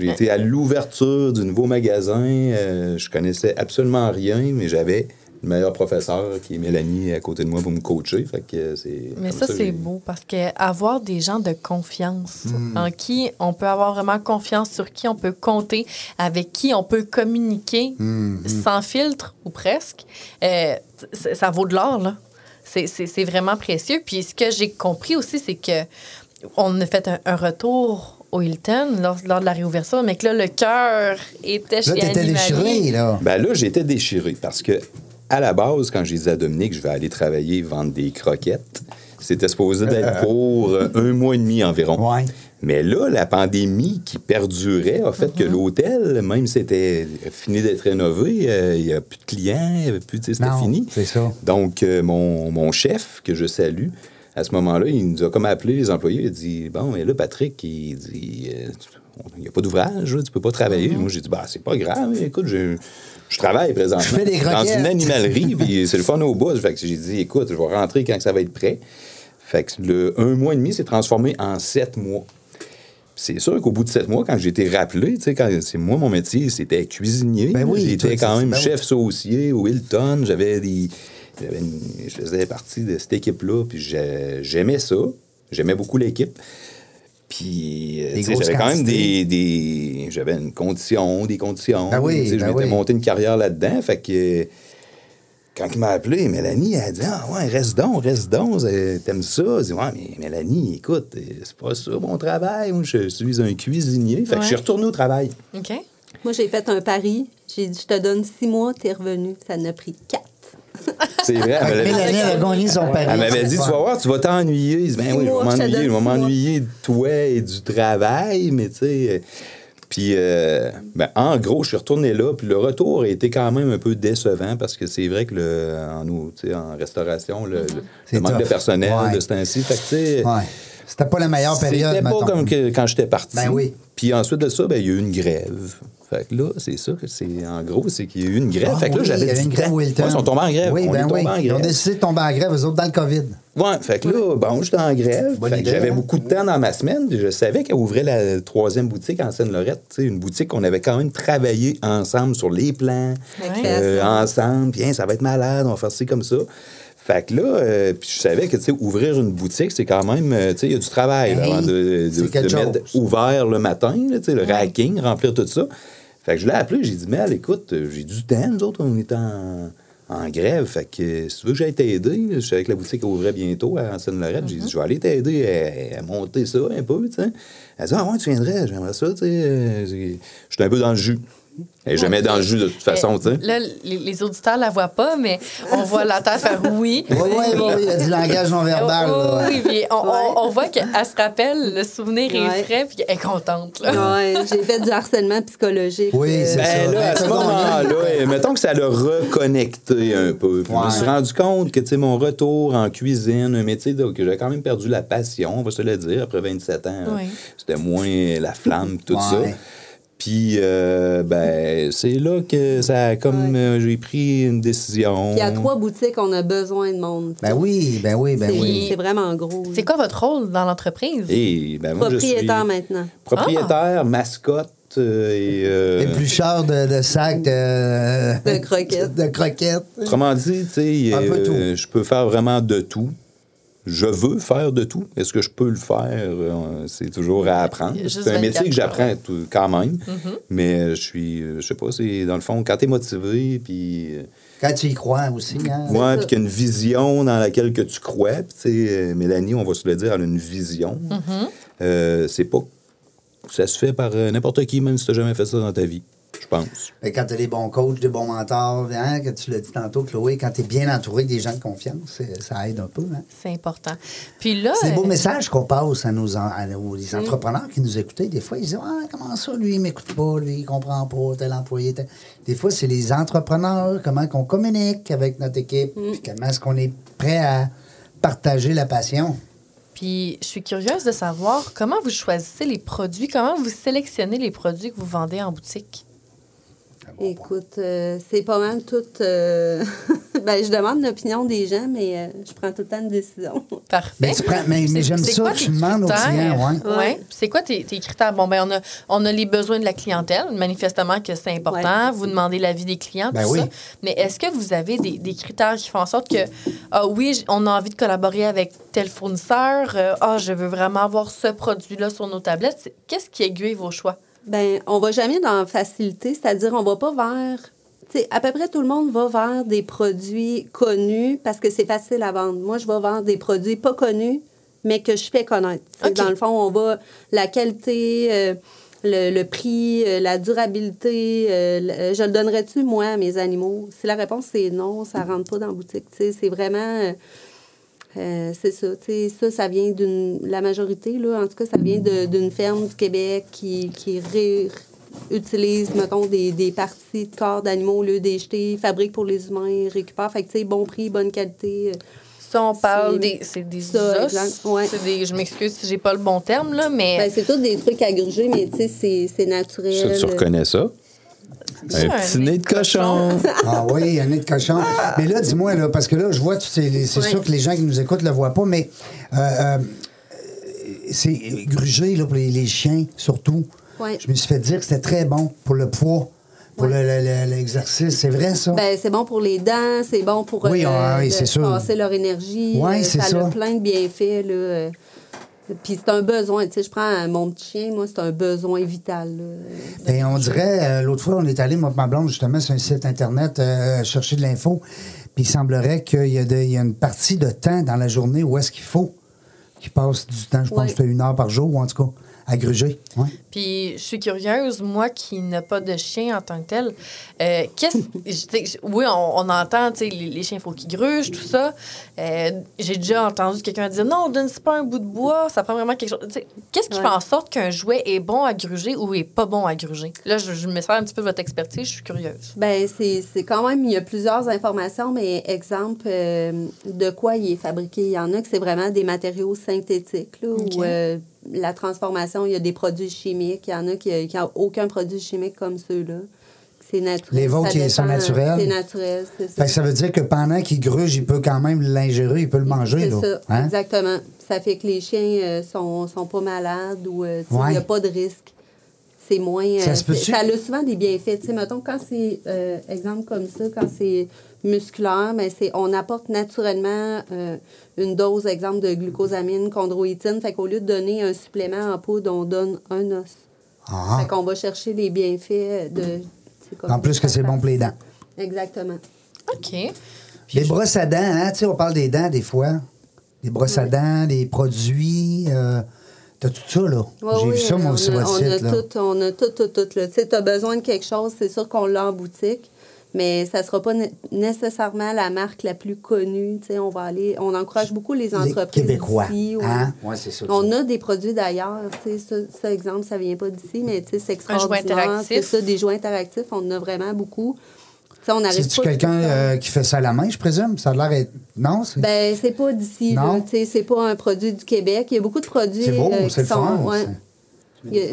S6: J'ai été à l'ouverture du nouveau magasin. euh, je connaissais absolument rien, mais j'avais le meilleur professeur qui est Mélanie à côté de moi pour me coacher. Fait que euh, c'est
S2: Mais
S6: comme
S2: ça,
S6: que
S2: c'est
S6: j'ai-
S2: beau parce que avoir des gens de confiance
S1: Hmm.
S2: en qui on peut avoir vraiment confiance, sur qui on peut compter, avec qui on peut communiquer
S1: Hmm,
S2: sans filtre ou presque, euh, c- ça vaut de l'or, là. C'est- C'est c'est vraiment précieux. Puis ce que j'ai compris aussi, c'est que on a fait un, un retour au Hilton lors, lors de la réouverture, mais que là, le cœur était chez
S1: Là, t'étais
S2: Animali.
S1: déchiré, là.
S6: Ben là, j'étais déchiré parce que, à la base, quand j'ai dit à Dominique, je vais aller travailler vendre des croquettes, c'était supposé d'être pour euh, un mois et demi environ.
S1: Ouais.
S6: Mais là, la pandémie qui perdurait a fait que l'hôtel, même si c'était fini d'être rénové, euh, il n'y a plus de clients, il y avait plus, tu sais, c'était
S1: Non,
S6: fini.
S1: c'est ça.
S6: Donc, euh, mon, mon chef, que je salue, à ce moment-là, il nous a comme appelé les employés. Il a dit Bon, mais là, Patrick, il dit euh, tu- on- Il n'y a pas d'ouvrage, là, tu peux pas travailler. Moi, j'ai dit Bah, c'est pas grave, écoute, je, je travaille présentement.
S1: Je fais des
S6: Dans
S1: croquettes.
S6: une animalerie, puis c'est le fun au bout. Fait que j'ai dit Écoute, je vais rentrer quand que ça va être prêt. Fait que le un mois et demi s'est transformé en sept mois. C'est sûr qu'au bout de sept mois, quand j'ai été rappelé, tu sais, quand c'est moi, mon métier, c'était cuisinier.
S1: Ben oui,
S6: j'étais
S1: toi,
S6: quand
S1: c'est-
S6: même
S1: ben oui.
S6: chef saucier au Hilton. J'avais des. j'avais une- je faisais partie de cette équipe-là, puis j'ai- j'aimais ça. J'aimais beaucoup l'équipe. Puis, euh,
S1: Des
S6: tu sais,
S1: grosses
S6: j'avais quand même
S1: quantités.
S6: des. des- j'avais une condition, des conditions.
S1: Ben oui,
S6: Tu sais, je
S1: ben
S6: m'étais
S1: oui.
S6: monté une carrière là-dedans. Fait que. Quand il m'a appelé, Mélanie, elle a dit Ah ouais, reste donc, reste donc, euh, t'aimes ça? Je dis Ouais, mais Mélanie, écoute, euh, c'est pas ça mon travail. Moi, je suis un cuisinier. Fait que
S2: Ouais.
S6: je suis retourné au travail.
S2: OK.
S5: Moi, j'ai fait un pari. J'ai dit, je te donne six mois, t'es revenu. Ça n'a pris quatre.
S6: C'est vrai, elle m'avait dit-
S1: Mélanie avait gagné son pari.
S6: Elle m'avait dit, tu vas voir, tu vas t'ennuyer. Je dis, ben oui, je
S5: Six
S6: vais
S5: mois, je te
S6: m'ennuyer.
S5: donne
S6: Je vais
S5: six mois.
S6: m'ennuyer de toi et du travail, mais tu sais. euh, Puis, euh, ben, en gros, je suis retourné là. Puis le retour a été quand même un peu décevant parce que c'est vrai que le, en, nous- tu sais, en restauration, le, le-
S1: C'est
S6: le manque de
S1: tough.
S6: personnel
S1: Ouais.
S6: de ce temps-ci. Fait que, tu sais,
S1: Ouais. C'était pas la meilleure période.
S6: c'était pas
S1: mettons.
S6: comme que- quand j'étais parti.
S1: Ben oui.
S6: Puis ensuite de ça, ben, il y a eu une grève. Fait que là, c'est ça que c'est. En gros, c'est qu'il y a eu une grève.
S1: Ah
S6: fait que là,
S1: oui,
S6: j'avais
S1: il y avait
S6: du
S1: une grève
S6: temps.
S1: Wilton.
S6: Ouais, ils sont tombés en grève.
S1: Oui,
S6: On
S1: ben
S6: est tombés
S1: oui.
S6: en
S1: Ils ont
S6: grève.
S1: décidé de tomber en grève, eux autres, dans le COVID.
S6: Ouais, fait que là, bon, j'étais en grève.
S1: Bonne
S6: Fait que
S1: idée,
S6: j'avais
S1: hein?
S6: beaucoup de temps dans ma semaine. Je savais qu'elle ouvrait la troisième boutique en Seine-Lorette. tu sais, Une boutique qu'on avait quand même travaillé ensemble sur les plans,
S5: Ouais.
S6: euh,
S5: Création.
S6: ensemble. Bien, ça va être malade, on va faire ci comme ça. Fait que là, euh, puis je savais que, tu sais, ouvrir une boutique, c'est quand même, euh, tu sais, il y a du travail là,
S1: Hey,
S6: avant de, de-
S1: Ben c'est
S6: de
S1: quelque chose.
S6: mettre ouvert le matin, là, tu sais, le racking, remplir tout ça. Fait que je l'ai appelé, j'ai dit, Mel, écoute, euh, j'ai du temps, nous autres, on est en, en grève. Fait que euh, si tu veux que j'aille t'aider, je savais que la boutique ouvrait bientôt à Seine-Lorette. J'ai dit, je vais aller t'aider à, à monter ça un peu, tu sais. Elle dit, ah ouais, tu viendrais, j'aimerais ça, tu sais. euh, j'ai- J'étais un peu dans le jus. Et jamais dans le jus, de toute façon, tu sais.
S2: Là, les, les auditeurs la voient pas, mais on voit la tête faire oui.
S1: Oui, oui, oui, il y a du langage non verbal.
S2: Oh,
S1: là.
S2: oui, puis on, on-
S5: Ouais.
S2: on voit qu'elle se rappelle, le souvenir
S5: Ouais.
S2: est frais, puis elle est contente. Là.
S5: Ouais, j'ai fait du harcèlement psychologique. euh,
S1: Oui, c'est ça.
S6: Ben là, à ce
S1: Ben, pardon,
S6: moment-là, euh, mettons que ça l'a reconnecté un peu. Puis Je
S1: Ouais.
S6: me suis rendu compte que, tu sais, mon retour en cuisine, un métier de- que j'avais quand même perdu la passion, on va se le dire, après 27 ans, hein,
S2: Ouais.
S6: c'était moins la flamme, tout ça.
S1: Ouais.
S6: Puis, euh, ben, c'est là que ça a comme. euh, j'ai pris une décision.
S5: Puis à trois boutiques, on a besoin de monde.
S1: Ben oui, ben oui, ben
S5: c'est,
S1: oui.
S5: c'est vraiment gros.
S2: C'est quoi votre rôle dans l'entreprise?
S6: Et, ben, moi, je suis
S5: Propriétaire maintenant. Ah!
S6: Propriétaire, mascotte euh, et. euh,
S1: Et plus cher de, de sacs de...
S5: De croquettes.
S1: De croquettes.
S6: Autrement dit, tu sais,
S1: Un peu
S6: euh,
S1: tout.
S6: je peux faire vraiment de tout. Je veux faire de tout. Est-ce que je peux le faire? Euh, C'est toujours à apprendre.
S2: Il y a juste Mm-hmm.
S6: C'est un
S2: 24
S6: métier que j'apprends tout- quand même. Mais je suis, euh, je sais pas, c'est dans le fond, quand tu es motivé, puis euh,
S1: Quand tu y crois aussi, hein?
S6: ouais, puis qu'il y a une vision dans laquelle que tu crois. Puis, tu sais, euh, Mélanie, on va se le dire, elle a une vision.
S2: Mm-hmm.
S6: Euh, c'est pas. Ça se fait par euh, n'importe qui, même si tu jamais fait ça dans ta vie, je pense.
S1: Fait que Ben, quand tu as des bons coachs, des bons mentors, hein, que tu l'as dit tantôt, Chloé, quand tu es bien entouré des gens de confiance, c'est- ça aide un peu. Hein?
S2: C'est important. Puis là,
S1: C'est des beaux
S2: euh,
S1: messages qu'on passe à nos en- à nos- les entrepreneurs qui nous écoutaient. Des fois, ils disent Ah, comment ça, lui, il m'écoute pas, lui, il comprend pas, tel employé. tel- Des fois, c'est les entrepreneurs, comment qu'on communique avec notre équipe, puis comment est-ce qu'on est prêt à partager la passion.
S2: puis je suis curieuse de savoir comment vous choisissez les produits, comment vous sélectionnez les produits que vous vendez en boutique.
S5: Écoute, euh, c'est pas mal tout. euh, ben, je demande l'opinion des gens, mais euh, je prends tout le temps une décision.
S2: Parfait.
S1: Mais tu prends- mais- mais
S2: C'est-
S1: j'aime
S2: c'est
S1: ça,
S2: quoi
S1: tu
S2: tes
S1: demandes aux
S2: critères?
S1: clients, ouais.
S2: Ouais.
S5: Ouais.
S2: Puis C'est quoi tes, tes critères? Bon, ben on a, on a les besoins de la clientèle, manifestement que c'est important. Vous demandez l'avis des clients,
S1: Ben
S2: tout
S1: oui.
S2: ça. Mais est-ce que vous avez des, des critères qui font en sorte que, ah oui, j- on a envie de collaborer avec tel fournisseur, euh, ah, je veux vraiment avoir ce produit-là sur nos tablettes. C'est- Qu'est-ce qui aiguille vos choix?
S5: Ben, on va jamais dans la facilité, c'est-à-dire on va pas vers. Tu sais, à peu près tout le monde va vers des produits connus parce que c'est facile à vendre. Moi, je vais vers des produits pas connus, mais que je fais connaître. Tu sais,
S2: OK.
S5: Dans le fond, on va la qualité, euh, le, le prix, euh, la durabilité. euh, le- euh, je le donnerais-tu, moi, à mes animaux? Si la réponse c'est non, ça rentre pas dans la boutique. Tu sais, c'est vraiment. euh, euh, c'est ça. tu sais, ça, ça vient d'une. La majorité, là, en tout cas, ça vient de- d'une ferme du Québec qui, qui ré- utilise, mettons, des, des parties de corps d'animaux au lieu des jeter, fabrique pour les humains, récupère. Fait que, tu sais, bon prix, bonne qualité.
S2: Ça, on parle
S5: C'est-
S2: des, c'est des
S5: ça,
S2: os,
S5: exact, ouais.
S2: c'est des- je m'excuse si j'ai pas le bon terme, là, mais
S5: Ben, c'est tout des trucs à gruger, mais tu sais, c'est- c'est naturel.
S6: Ça, tu reconnais ça?
S2: C'est
S6: Un
S2: un
S6: petit
S2: nez
S6: nez de
S2: de cochon.
S6: cochon.
S1: Ah oui, un nez de cochon. Mais là, dis-moi, là, parce que là, je vois, tu sais, c'est
S2: Oui.
S1: sûr que les gens qui nous écoutent ne le voient pas, mais euh, euh, c'est grugé là, pour les, les chiens, surtout.
S5: Oui.
S1: Je me suis fait dire que c'était très bon pour le poids, pour le- le- le- l'exercice. C'est vrai, ça?
S5: Ben, c'est bon pour les dents, c'est bon pour euh,
S1: Oui, ah, oui,
S5: de
S1: c'est sûr.
S5: passer leur énergie.
S1: Ouais,
S5: Euh,
S1: c'est
S5: ça.
S1: ça.
S5: a plein de bienfaits. Là. euh. Puis c'est un besoin. Tu sais, je prends euh, mon petit chien, moi, c'est un besoin vital. là.
S1: Ben, on dirait, euh, l'autre fois, on est allé, moi et ma blonde, justement, sur un site Internet euh, chercher de l'info. Puis il semblerait qu'il y, a de- il y a une partie de temps dans la journée où est-ce qu'il faut qui passent du temps, je pense
S5: Ouais.
S1: que c'est une heure par jour, ou en tout cas, à gruger. Ouais.
S2: Puis je suis curieuse, moi qui n'ai pas de chien en tant que tel, euh, qu'est-ce. je- tu sais, oui, on, on entend, tu sais, les, les chiens, il faut qu'ils grugent, tout ça. Euh, J'ai déjà entendu quelqu'un dire non, donne-ci pas un bout de bois, ça prend vraiment quelque chose. Tu sais, Qu'est-ce qui
S5: Ouais.
S2: fait en sorte qu'un jouet est bon à gruger ou est pas bon à gruger? Là, je, je me sers un petit peu de votre expertise, je suis curieuse.
S5: Ben, c'est c'est quand même, il y a plusieurs informations, mais exemple, euh, de quoi il est fabriqué. Il y en a que c'est vraiment des matériaux synthétiques, là,
S2: Ok.
S5: où euh, la transformation, il y a des produits chimiques. Il y en a qui n'ont aucun produit chimique comme ceux-là. C'est naturel.
S1: Les vôtres
S5: Ça
S1: qui
S5: dépend,
S1: sont naturels.
S5: C'est naturel, c'est
S1: Fait
S5: ça.
S1: que ça veut dire que pendant qu'il gruge, il peut quand même l'ingérer, il peut le manger.
S5: C'est
S1: Là.
S5: ça,
S1: Hein?
S5: exactement. Ça fait que les chiens euh, sont, sont pas malades ou euh, tu sais, il
S1: Ouais.
S5: n'y a pas de risque. C'est moins. euh,
S1: Ça se peut-tu?
S5: c'est- ça a souvent des bienfaits. Tu sais, mettons, quand c'est, euh, exemple comme ça, quand c'est musculaire, mais c'est, on apporte naturellement euh, une dose, exemple, de glucosamine, chondroïtine. Fait qu'au lieu de donner un supplément en poudre, on donne un os.
S1: Ah.
S5: Fait qu'on va chercher les bienfaits de. c'est comme
S1: En plus que c'est bon pour les dents.
S5: Exactement.
S2: OK.
S1: Les brosses à dents, hein, tu sais, on parle des dents des fois. Les brosses à dents, les produits. euh, T'as tout ça, là.
S5: Ouais,
S1: J'ai
S5: oui,
S1: vu ça,
S5: on
S1: moi,
S5: a-
S1: sur votre
S5: on
S1: site.
S5: a
S1: là.
S5: tout, on a tout, tout, tout. là. Tu sais, tu as besoin de quelque chose, c'est sûr qu'on l'a en boutique, mais ça sera pas né- nécessairement la marque la plus connue. Tu sais, on va aller, on encourage beaucoup les entreprises
S1: Québécois,
S5: d'ici, ouais.
S1: hein? Ouais, c'est ça,
S5: On
S1: ça.
S5: a des produits d'ailleurs. Tu sais, ça, ça, exemple, ça vient pas d'ici, mais tu sais, c'est
S2: Un jouet
S5: extraordinaire.
S2: interactif.
S5: C'est ça, des joints interactifs, on en a vraiment beaucoup. Tu sais, on arrive
S1: C'est-tu
S5: pas-
S1: quelqu'un euh, qui fait ça à la main, je présume? Ça a l'air être. Non? c'est-
S5: ben, c'est pas d'ici, là.
S1: Non.
S5: Tu sais, c'est pas un produit du Québec. Il y a beaucoup de produits
S1: C'est beau,
S5: euh, qui
S1: c'est le
S5: sont.
S1: fun,
S5: ouais.
S1: ça.
S5: Il y a-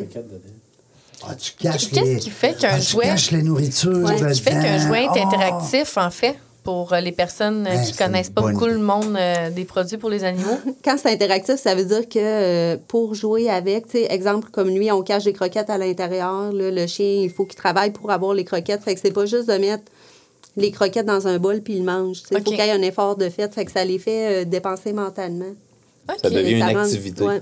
S1: Ah, tu caches
S2: Qu'est-ce
S1: les-
S2: qui fait qu'un
S1: Ah,
S2: jouet-
S1: Tu caches les nourritures.
S2: Qu'est-ce qui fait
S1: dedans.
S2: qu'un jouet est
S1: Ah!
S2: interactif, en fait, pour euh, les personnes euh,
S1: Ouais,
S2: qui
S1: c'est une
S2: connaissent pas
S1: bonne
S2: beaucoup
S1: idée.
S2: le monde euh, des produits pour les animaux?
S5: quand c'est interactif, ça veut dire que euh, pour jouer avec, tu sais, exemple comme lui, on cache des croquettes à l'intérieur. là, Le chien, il faut qu'il travaille pour avoir les croquettes. Fait que c'est pas juste de mettre les croquettes dans un bol puis il mange. Il faut
S2: Ok.
S5: qu'il y ait un effort de fait. Fait que ça les fait euh, dépenser mentalement.
S2: OK.
S6: Ça devient
S5: Ça
S6: une
S5: rend-
S6: activité.
S5: ouais.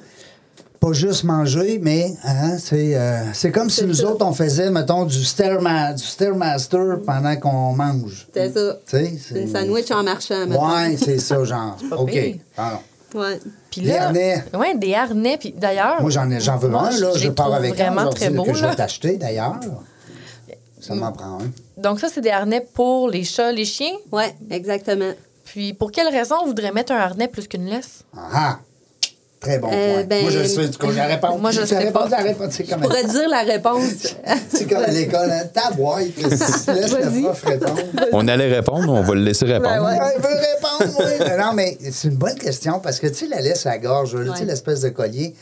S1: Pas juste manger, mais hein, c'est euh, c'est comme si
S5: C'est
S1: nous
S5: ça.
S1: autres, on faisait, mettons, du, stairma- du Stairmaster pendant qu'on mange.
S5: C'est ça.
S1: Tu sais,
S5: C'est
S1: c'est.
S5: une sandwich en marchant. mettons.
S1: Ouais, c'est ça, genre.
S2: pas
S1: OK.
S2: pire.
S1: Alors,
S5: Ouais.
S2: Puis
S1: Des
S2: là,
S1: harnais.
S2: Ouais, des harnais. Puis d'ailleurs.
S1: moi, j'en ai- j'en veux
S2: moi,
S1: un, là.
S2: les
S1: Je pars
S2: trouve
S1: avec un
S2: vraiment
S1: aujourd'hui,
S2: très
S1: là,
S2: beau.
S1: que je
S2: là.
S1: vais t'acheter, d'ailleurs. Ça m'en prend un.
S2: Donc, ça, c'est des harnais pour les chats, les chiens.
S5: Ouais, exactement.
S2: Puis, pour quelle raison on voudrait mettre un harnais plus qu'une laisse?
S1: Ah, ah. Très bon
S5: Euh,
S1: point.
S5: ben,
S1: moi, je le sais. En tout cas, j'aurais pas.
S2: moi, je
S1: Tu
S2: sais
S1: aurais
S2: pas.
S1: tu aurais pas. C'est comme,
S5: Pour te dire la réponse.
S1: c'est comme à l'école. Hein. Ta boîte, laisse le
S5: Vas-y.
S1: prof répondre.
S6: On allait répondre, on va le laisser répondre.
S5: ouais.
S1: Ah, Il veut répondre, oui. Mais non, mais c'est une bonne question parce que, tu sais, la laisse à la gorge, là, tu sais,
S5: Ouais.
S1: l'espèce de collier.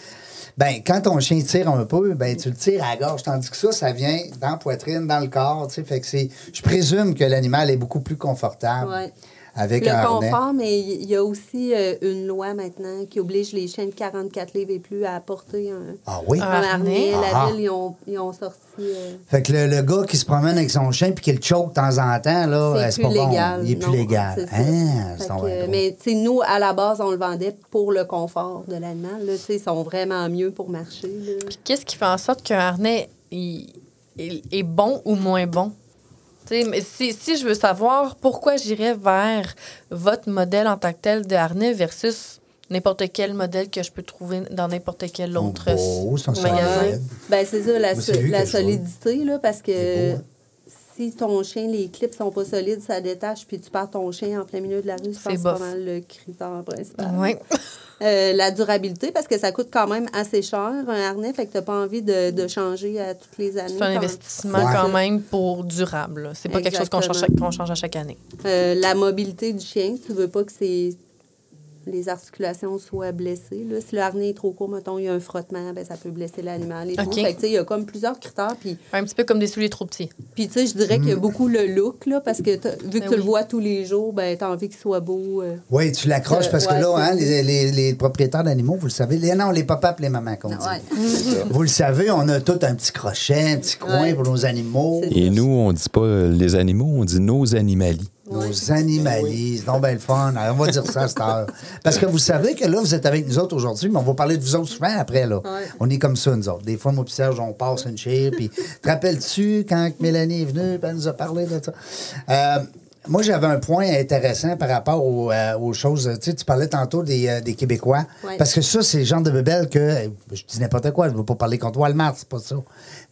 S1: Ben, quand ton chien tire un peu, ben, tu le tires à la gorge, tandis que ça, ça vient dans la poitrine, dans le corps, tu sais. Fait que c'est. Je présume que l'animal est beaucoup plus confortable
S5: Ouais.
S1: avec un
S5: Le
S1: harnais.
S5: confort, mais il y a aussi euh, une loi maintenant qui oblige les chiens de 44 livres et plus à apporter un,
S1: Ah oui?
S2: Ah.
S5: un harnais.
S1: Ah.
S5: La ville, ils ont, ils ont sorti. euh,
S1: Fait que le, le gars qui se promène avec son chien puis qui le choke de temps en temps, là, euh,
S5: c'est
S1: c'est
S5: plus
S1: pas
S5: légal.
S1: bon. Il est plus
S5: non,
S1: légal.
S5: c'est ça.
S1: Hein,
S5: Fait
S1: c'est
S5: que,
S1: donc bien drôle.
S5: mais tu sais, nous, à la base, on le vendait pour le confort de l'animal. là. Tu sais, Ils sont vraiment mieux pour marcher. là.
S2: Puis, qu'est-ce qui fait en sorte qu'un harnais il- il est bon ou moins bon? Tu sais, mais si, si je veux savoir pourquoi j'irais vers votre modèle en tant que tel de harnais versus n'importe quel modèle que je peux trouver dans n'importe quel autre
S1: Oh, beau, ça, ça
S2: magasin.
S1: Ouais.
S5: Ben, c'est ça, la,
S1: Moi, c'est lui
S5: la
S1: que je vois.
S5: solidité, là, parce
S1: C'est
S5: que
S1: beau, hein.
S5: si ton chien, les clips sont pas solides, ça détache, puis tu perds ton chien en plein milieu de la rue, je pense
S2: C'est
S5: que c'est pas
S2: bof.
S5: mal le critère principal.
S2: Oui.
S5: Euh, la durabilité, parce que ça coûte quand même assez cher, un harnais, fait que t'as pas envie de, de changer à toutes les années.
S2: C'est un
S5: Quand-
S2: investissement
S1: Ouais.
S2: quand même pour durable. là. C'est pas quelque chose qu'on change, à-
S5: Exactement.
S2: qu'on change à chaque année.
S5: Euh, la mobilité du chien, tu veux pas que ses- les articulations soient blessées. Là. Si le harnais est trop court, mettons, il y a un frottement, ben, ça peut blesser l'animal. et tout.
S2: OK.
S5: Fait que, tu sais, Il y a comme plusieurs critères. Puis,
S2: Un petit peu comme des souliers trop petits.
S5: puis tu sais, je dirais qu'il y a beaucoup le look, là, parce que t'as-
S2: Ben
S5: vu que tu
S2: oui.
S5: le vois tous les jours, ben, tu as envie qu'il soit beau. euh.
S1: Oui, tu l'accroches
S5: Euh,
S1: parce que
S5: ouais,
S1: là,
S5: c'est
S1: hein,
S5: ça.
S1: les, les- les propriétaires d'animaux, vous le savez, les, non, les papas et les mamans, qu'on dit.
S5: Ouais.
S1: Vous le savez, on a tout un petit crochet, un petit coin
S5: Ouais.
S1: pour nos animaux,
S5: C'est-
S6: Et nous, on dit pas euh, les animaux, on dit nos animalies.
S1: nos animalistes. Non, ben le fun, Alors, on va dire ça à cette heure. Parce que vous savez que là, vous êtes avec nous autres aujourd'hui, mais on va parler de vous autres souvent après, là.
S5: Ouais.
S1: On est comme ça, nous autres. Des fois, moi puis Serge, on passe une chire, puis te rappelles-tu quand Mélanie est venue, puis elle nous a parlé de ça? Euh, Moi, j'avais un point intéressant par rapport aux, euh, aux choses. Tu sais, tu parlais tantôt des, euh, des Québécois.
S5: Ouais.
S1: Parce que ça, c'est le genre de bebelle que. euh, Je dis n'importe quoi, je ne veux pas parler contre Walmart, c'est pas ça.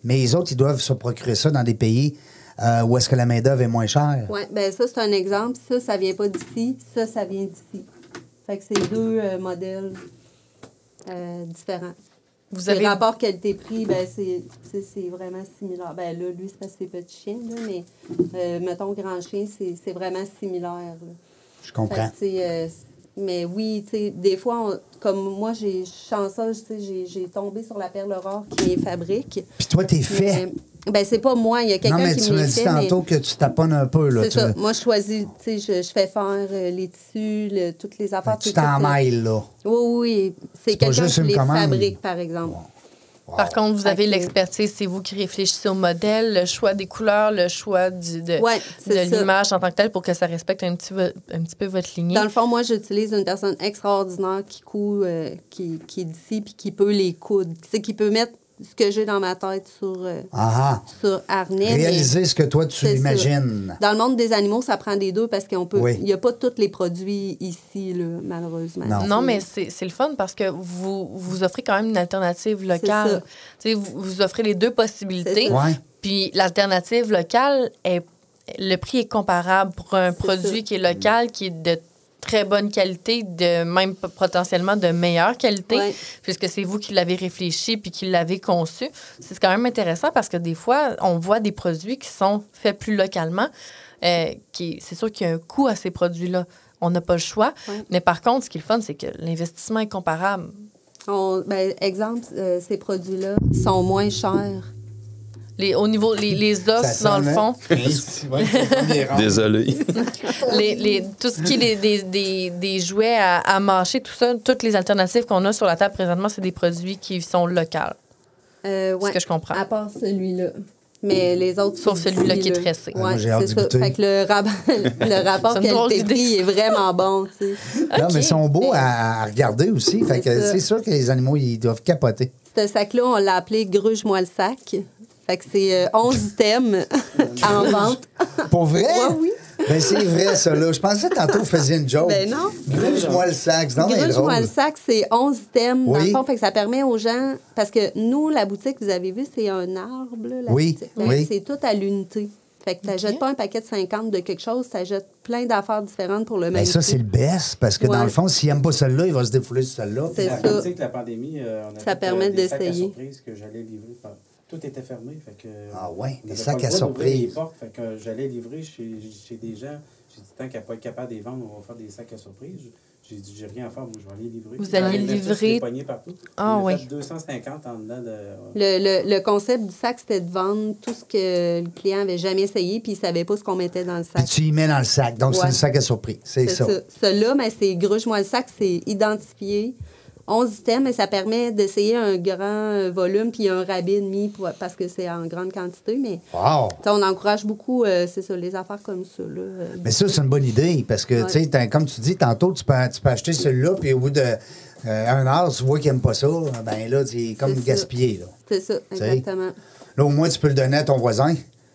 S1: Mais les autres, ils doivent se procurer ça dans des pays euh, où est-ce que la main-d'œuvre est moins chère.
S5: Oui, ben ça, c'est un exemple. Ça, ça vient pas d'ici. Ça, ça vient d'ici. Fait que c'est deux euh, modèles euh, différents.
S2: Vous
S5: Le
S2: avez
S5: rapport qualité-prix, ben, c'est- c'est c'est vraiment similaire. Ben, là, lui, c'est parce que c'est petit chien, là, mais euh, mettons grand chien, c'est c'est vraiment similaire. là.
S1: Je
S5: Fait
S1: comprends.
S5: que, tu sais, euh, mais oui, tu sais, des fois, on- comme moi, j'ai je suis chanceuse, tu sais, j'ai- j'ai tombé sur la perle rare qui les fabrique.
S1: Puis toi, t'es fait.
S5: Mais, ben, c'est pas moi, il y a
S1: non,
S5: quelqu'un
S1: mais
S5: qui
S1: tu
S5: me
S1: m'as
S5: les
S1: dit
S5: fait, mais-
S1: tantôt que tu taponnes un peu, là.
S5: c'est
S1: Tu,
S5: ça. Moi, je choisis, tu sais, je, je fais faire euh, les tissus, le- toutes les affaires.
S1: tu
S5: tout- tout,
S1: t'en
S5: euh,
S1: mêles, là.
S5: Oui, oui. C'est
S1: pas
S5: quelqu'un
S1: juste
S5: qui
S1: une
S5: les
S1: commande.
S5: fabrique, par exemple.
S2: Par contre, vous
S5: Fait
S2: avez
S5: que-
S2: l'expertise, c'est vous qui réfléchissez au modèle, le choix des couleurs, le choix du- de,
S5: Ouais, c'est
S2: de
S5: ça.
S2: l'image en tant que telle pour que ça respecte un petit, vo- un petit peu votre lignée.
S5: Dans le fond, moi, j'utilise une personne extraordinaire qui coud, euh, qui, qui est d'ici, puis qui peut les coudre. C'est qui peut mettre ce que j'ai dans ma tête sur, euh,
S1: Ah ah.
S5: sur harnais. mais-
S1: Réaliser ce que toi, tu
S5: C'est ça.
S1: imagines.
S5: Dans le monde des animaux, ça prend des deux parce qu'on peut.
S1: Oui.
S5: Il n'y a pas tous les produits ici, là, malheureusement.
S1: Non.
S2: Non, mais c'est c'est le fun parce que vous, vous offrez quand même une alternative locale. Tu sais, Vous, vous offrez les deux possibilités.
S5: C'est ça.
S1: Ouais.
S2: Puis l'alternative locale, est, le prix est comparable pour un produit
S5: ça.
S2: qui est local, qui est de très bonne qualité, de même p- potentiellement de meilleure qualité,
S5: Ouais.
S2: puisque c'est vous qui l'avez réfléchi puis qui l'avez conçu. C'est quand même intéressant parce que des fois, on voit des produits qui sont faits plus localement. euh, qui, c'est sûr qu'il y a un coût à ces produits-là. On n'a pas le choix.
S5: Ouais.
S2: Mais par contre, ce qui est le fun, c'est que l'investissement est comparable.
S5: On- ben, exemple, euh, ces produits-là sont moins chers.
S2: Les, au niveau, les, les os,
S1: Ça sent
S2: dans le
S1: le-
S2: fond,
S6: Ah Désolé.
S2: les, les- tout ce qui est des, des, des- des jouets à, à mâcher, tout ça, toutes les alternatives qu'on a sur la table présentement, c'est des produits qui sont locaux.
S5: Euh, ouais.
S2: que je comprends. Mm.
S5: À part celui-là. Mais les autres.
S2: Sauf
S5: c'est
S2: celui-là qui est
S5: d'ici, là.
S2: tressé.
S5: Ouais,
S1: Ah, moi, j'ai hâte
S5: c'est
S1: d'y
S5: ça.
S1: goûter.
S5: Fait que le, rab- le rapport
S2: C'est une drôle
S5: qualité-prix
S2: d'idée.
S5: est vraiment bon, tu sais.
S1: Non, mais ils sont beaux
S5: Mais-
S1: à, à regarder aussi. Fait
S5: C'est
S1: que
S5: ça.
S1: c'est sûr que les animaux, ils doivent capoter.
S5: Ce sac-là, on l'a appelé Gruge-moi le sac. Fait que c'est euh, 11 items en vente.
S1: Pour vrai?
S5: Ah, Ouais, oui.
S1: Ben, c'est vrai, ça, là. Je pensais que tantôt, vous faisiez une joke.
S5: Ben non.
S1: Gruge-moi le sac. Non, mais
S5: Gruge-moi
S1: drôle.
S5: le sac, c'est 11 items dans
S1: Oui.
S5: le fond. Fait que ça permet aux gens. Parce que nous, la boutique, vous avez vu, c'est un arbre, là, la
S1: Oui,
S5: boutique. Fait que
S1: oui.
S5: C'est tout à l'unité. Fait que tu n'achètes pas un paquet de 50 de quelque chose, tu achètes plein d'affaires différentes pour le même
S1: Ben, ça,
S5: prix.
S1: c'est le best, parce que dans
S5: Ouais.
S1: le fond, s'il n'aime pas celui-là, il va se défouler sur celui-là.
S5: C'est
S4: La
S5: ça.
S4: politique de la pandémie, euh, on a
S5: Ça
S4: fait, euh,
S5: permet
S4: des sacs à
S5: d'essayer.
S4: surprise que j'allais livrer. par- Tout était fermé. Fait que,
S1: Ah ouais,
S4: on
S1: des
S4: avait
S1: sacs
S4: pas le
S1: à
S4: droit d'ouvrir les
S1: surprise.
S4: portes, fait que euh, j'allais livrer chez, chez des gens. J'ai dit, tant qu'à pas être capable de les vendre, on va faire des sacs à surprise. J'ai dit, j'ai rien à faire, moi, je vais aller livrer.
S2: Vous
S4: J'en
S2: allez
S4: ai mis tous,
S2: livrer-
S4: je l'ai pogné partout.
S2: Ah
S4: On a
S2: ouais.
S4: fait 250 en dedans de. euh,
S5: Le, le- le concept du sac, c'était de vendre tout ce que le client avait jamais essayé, puis il savait pas ce qu'on mettait dans le
S1: Puis
S5: sac.
S1: tu y mets dans le sac. Donc, c'est
S5: Ouais.
S1: un sac à surprise. C'est ça.
S5: Celui-là, mais c'est gruge-moi le sac, c'est identifié. 11 items, mais ça permet d'essayer un grand euh, volume, puis un rabais demi, pour- parce que c'est en grande quantité, mais
S1: Wow!
S5: tu sais, on encourage beaucoup, euh, c'est ça, les affaires comme ça. là, euh,
S1: Mais ça, c'est une bonne idée parce que,
S5: Ouais.
S1: tu sais, t'as- comme tu dis, tantôt, tu peux, tu peux acheter celui-là, puis au bout de euh, un heure, tu vois qu'il n'aime pas ça, ben là, c'est comme
S5: C'est ça.
S1: gaspillé. Là.
S5: C'est ça, exactement.
S1: là, au moins, tu peux le donner à ton voisin.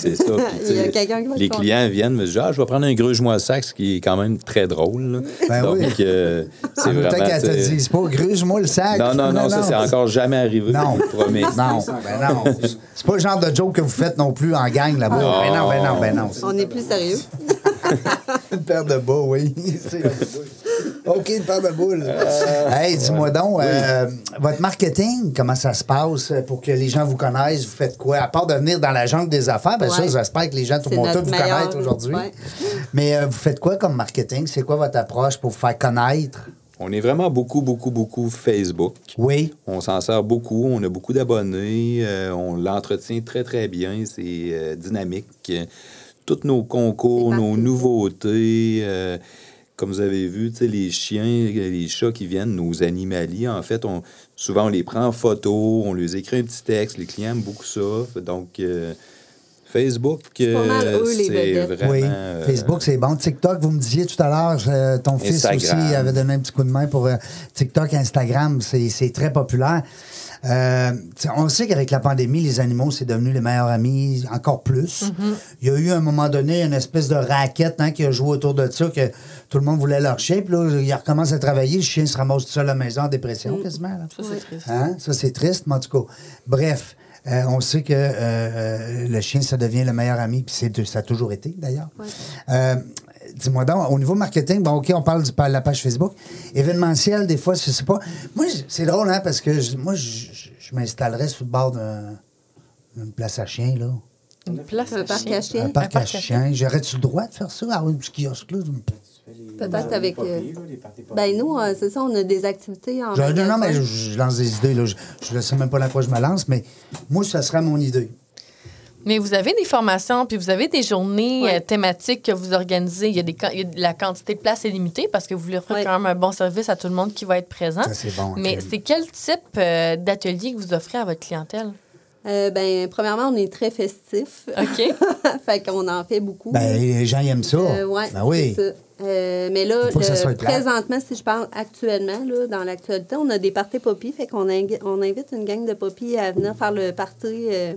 S6: C'est ça. Puis, tu
S5: Il y a
S6: sais,
S5: quelqu'un qui va
S6: les
S5: te
S6: clients viennent me disent ah, je vais prendre un gruge-moi sac, ce qui est quand même très drôle. là.
S1: Ben
S6: Donc,
S1: oui.
S6: euh, c'est
S1: Autant
S6: vraiment.
S1: Ah, qu'elle te
S6: tu sais,
S1: dise pas, gruge-moi le sac.
S6: Non, non, non, ça, c'est encore jamais arrivé.
S1: Non,
S6: Je vous le promets.
S1: non, ben non. C'est pas le genre de joke que vous faites non plus en gang là-bas.
S6: Ah.
S1: Ben non, ben non, ben non.
S5: On est plus sérieux.
S1: Une paire de bas, oui. C'est- OK, une paire de boules. hey, dis-moi donc, euh, votre marketing, comment ça se passe pour que les gens vous connaissent? Vous faites quoi? À part de venir dans la jungle des affaires, bien
S5: Ouais.
S1: sûr, j'espère que les gens, tout le
S5: C'est
S1: monde,
S5: notre
S1: tout vous
S5: meilleur,
S1: connaissent aujourd'hui.
S5: ouais.
S1: Mais euh, vous faites quoi comme marketing? C'est quoi votre approche pour vous faire connaître?
S6: On est vraiment beaucoup, beaucoup, beaucoup Facebook.
S1: Oui.
S6: On s'en sert beaucoup. On a beaucoup d'abonnés. euh, on l'entretient très, très bien. C'est euh, dynamique. Euh, Tous nos concours,
S5: C'est
S6: nos
S5: parfait.
S6: nouveautés. euh, comme vous avez vu, tu sais, les chiens, les chats qui viennent, nos animaliers, en fait, on, souvent on les prend en photo, on les écrit un petit texte, les clients aiment beaucoup ça. Donc, euh, Facebook,
S5: pas mal
S6: euh,
S5: eux, les
S6: c'est
S5: vedettes.
S6: vraiment...
S1: oui.
S6: euh,
S1: Facebook, c'est bon. TikTok, vous me disiez tout à l'heure, euh, ton fils
S6: Instagram.
S1: aussi avait donné un petit coup de main pour euh, TikTok, Instagram, c'est c'est très populaire. Euh, t'sais, on sait qu'avec la pandémie, les animaux, c'est devenu les meilleurs amis encore plus. Il y a eu à un moment donné une espèce de raquette hein, qui a joué autour de ça, que tout le monde voulait leur chien. Puis là, il recommence à travailler, le chien se ramasse tout seul à la maison en dépression quasiment. là.
S2: Ça, c'est triste.
S1: Hein? Ça, c'est triste, mais en tout cas, bref, euh, on sait que euh, euh, le chien, ça devient le meilleur ami, puis c'est de- ça a toujours été, d'ailleurs. Euh, Dis-moi donc, au niveau marketing, bon, OK, on parle de la page Facebook. Événementiel, des fois, je sais pas. Moi, j- c'est drôle, hein, parce que je- moi, je je- je m'installerais sur le bord d'un d'une place à chien, là.
S2: Une place
S5: Un
S2: à
S5: parc
S2: chien.
S5: à chiens.
S1: Un parc à
S2: parc à
S1: chien. J'aurais-tu le droit de faire ça? Ah oui, du kiosque, là.
S5: Peut-être avec. euh, Ben, nous, euh, c'est ça, on a des activités en.
S1: J'aurais- non, non,
S5: magasin.
S1: mais je, je lance des idées, là. Je, je sais même pas dans quoi je me lance, mais moi, ça serait mon idée.
S2: Mais vous avez des formations, puis vous avez des journées
S5: Ouais.
S2: euh, thématiques que vous organisez. Il y a des, can- il y a de- la quantité de place est limitée parce que vous voulez offrir
S5: Ouais.
S2: quand même un bon service à tout le monde qui va être présent.
S1: Ça, c'est bon,
S2: Mais
S1: ok.
S2: c'est quel type euh, d'atelier que vous offrez à votre clientèle?
S5: Euh, ben, premièrement, on est très festif.
S2: OK.
S5: fait qu'on en fait beaucoup.
S1: Ben, les gens ils aiment ça.
S5: Euh, ouais,
S1: ben oui.
S5: c'est ça. Euh, mais là,
S1: Faut pas que ça
S5: le-
S1: soit plate.
S5: présentement, si je parle actuellement, là, dans l'actualité, on a des parties popis. Fait qu'on ingu- on invite une gang de popis à venir faire le party euh,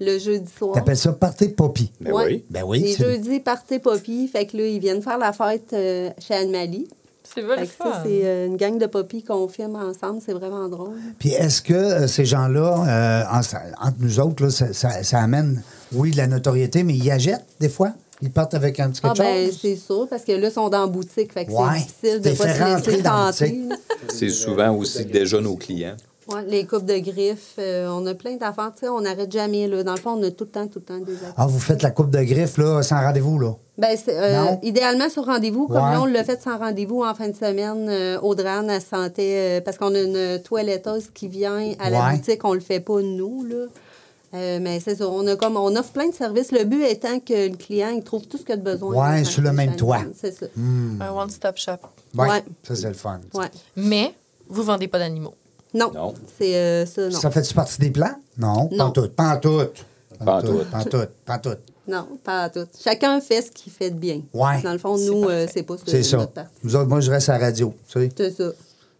S5: le jeudi soir.
S1: T'appelles ça party poppy.
S6: Ben
S5: Ouais.
S6: oui.
S1: Ben oui.
S5: les
S1: c'est-
S5: jeudis, party popis. Fait que là, ils viennent faire la fête euh, chez Anne-Malie.
S2: C'est bon le
S5: Fait que ça,
S2: fun.
S5: c'est euh, une gang de popis qu'on filme ensemble. C'est vraiment drôle.
S1: Puis est-ce que euh, ces gens-là, euh, en- entre nous autres, là, ça, ça- ça amène, oui, de la notoriété, mais ils y achètent des fois? Ils partent avec un petit
S5: Ah
S1: quelque
S5: ben,
S1: chose?
S5: c'est sûr, parce que là, ils sont dans la boutique. Fait que
S1: Ouais,
S5: c'est difficile de
S1: tu les
S5: pas
S1: fais
S5: se
S1: rentrer
S5: laisser
S1: dans la
S5: tenter.
S1: boutique.
S5: là.
S6: C'est souvent aussi déjà nos clients.
S5: Ouais, les coupes de griffes, euh, on a plein d'affaires. Tu sais, on n'arrête jamais. Là. Dans le fond, on a tout le temps, tout le temps des affaires.
S1: Ah, vous faites la coupe de griffes, là, sans rendez-vous, là?
S5: Ben, c'est, euh,
S1: Non.
S5: idéalement sur rendez-vous, comme
S1: Ouais.
S5: là, on l'a fait sans rendez-vous en fin de semaine. Euh, Audran, elle se sentait. euh, parce qu'on a une toiletteuse qui vient à la
S1: Ouais.
S5: boutique, on le fait pas nous. Là. Euh, mais c'est ça, on, a comme, on offre plein de services. Le but étant que le client il trouve tout ce qu'il a de besoin.
S1: Ouais,
S5: dans
S1: sous le
S5: sa
S1: même
S5: chaîne.
S1: toit. Mm.
S5: C'est ça.
S1: Hmm.
S2: Un one-stop shop.
S1: Ouais.
S5: Ouais.
S1: Ça, c'est le fun.
S5: Ouais.
S2: Mais vous vendez pas d'animaux.
S5: Non.
S6: Non.
S5: C'est euh, ça, non.
S1: Ça fait-tu partie des plans? Non.
S5: Non.
S1: Pantoute. Pantoute.
S6: Pantoute.
S1: Pantoute. Pantoute.
S5: Non, pas à tout. Chacun fait ce qu'il fait de bien.
S1: Ouais.
S5: Dans le fond, nous, euh, c'est pas ce
S1: C'est ça.
S5: notre partie.
S1: Nous autres, moi, je reste à la radio, tu sais,
S5: C'est ça.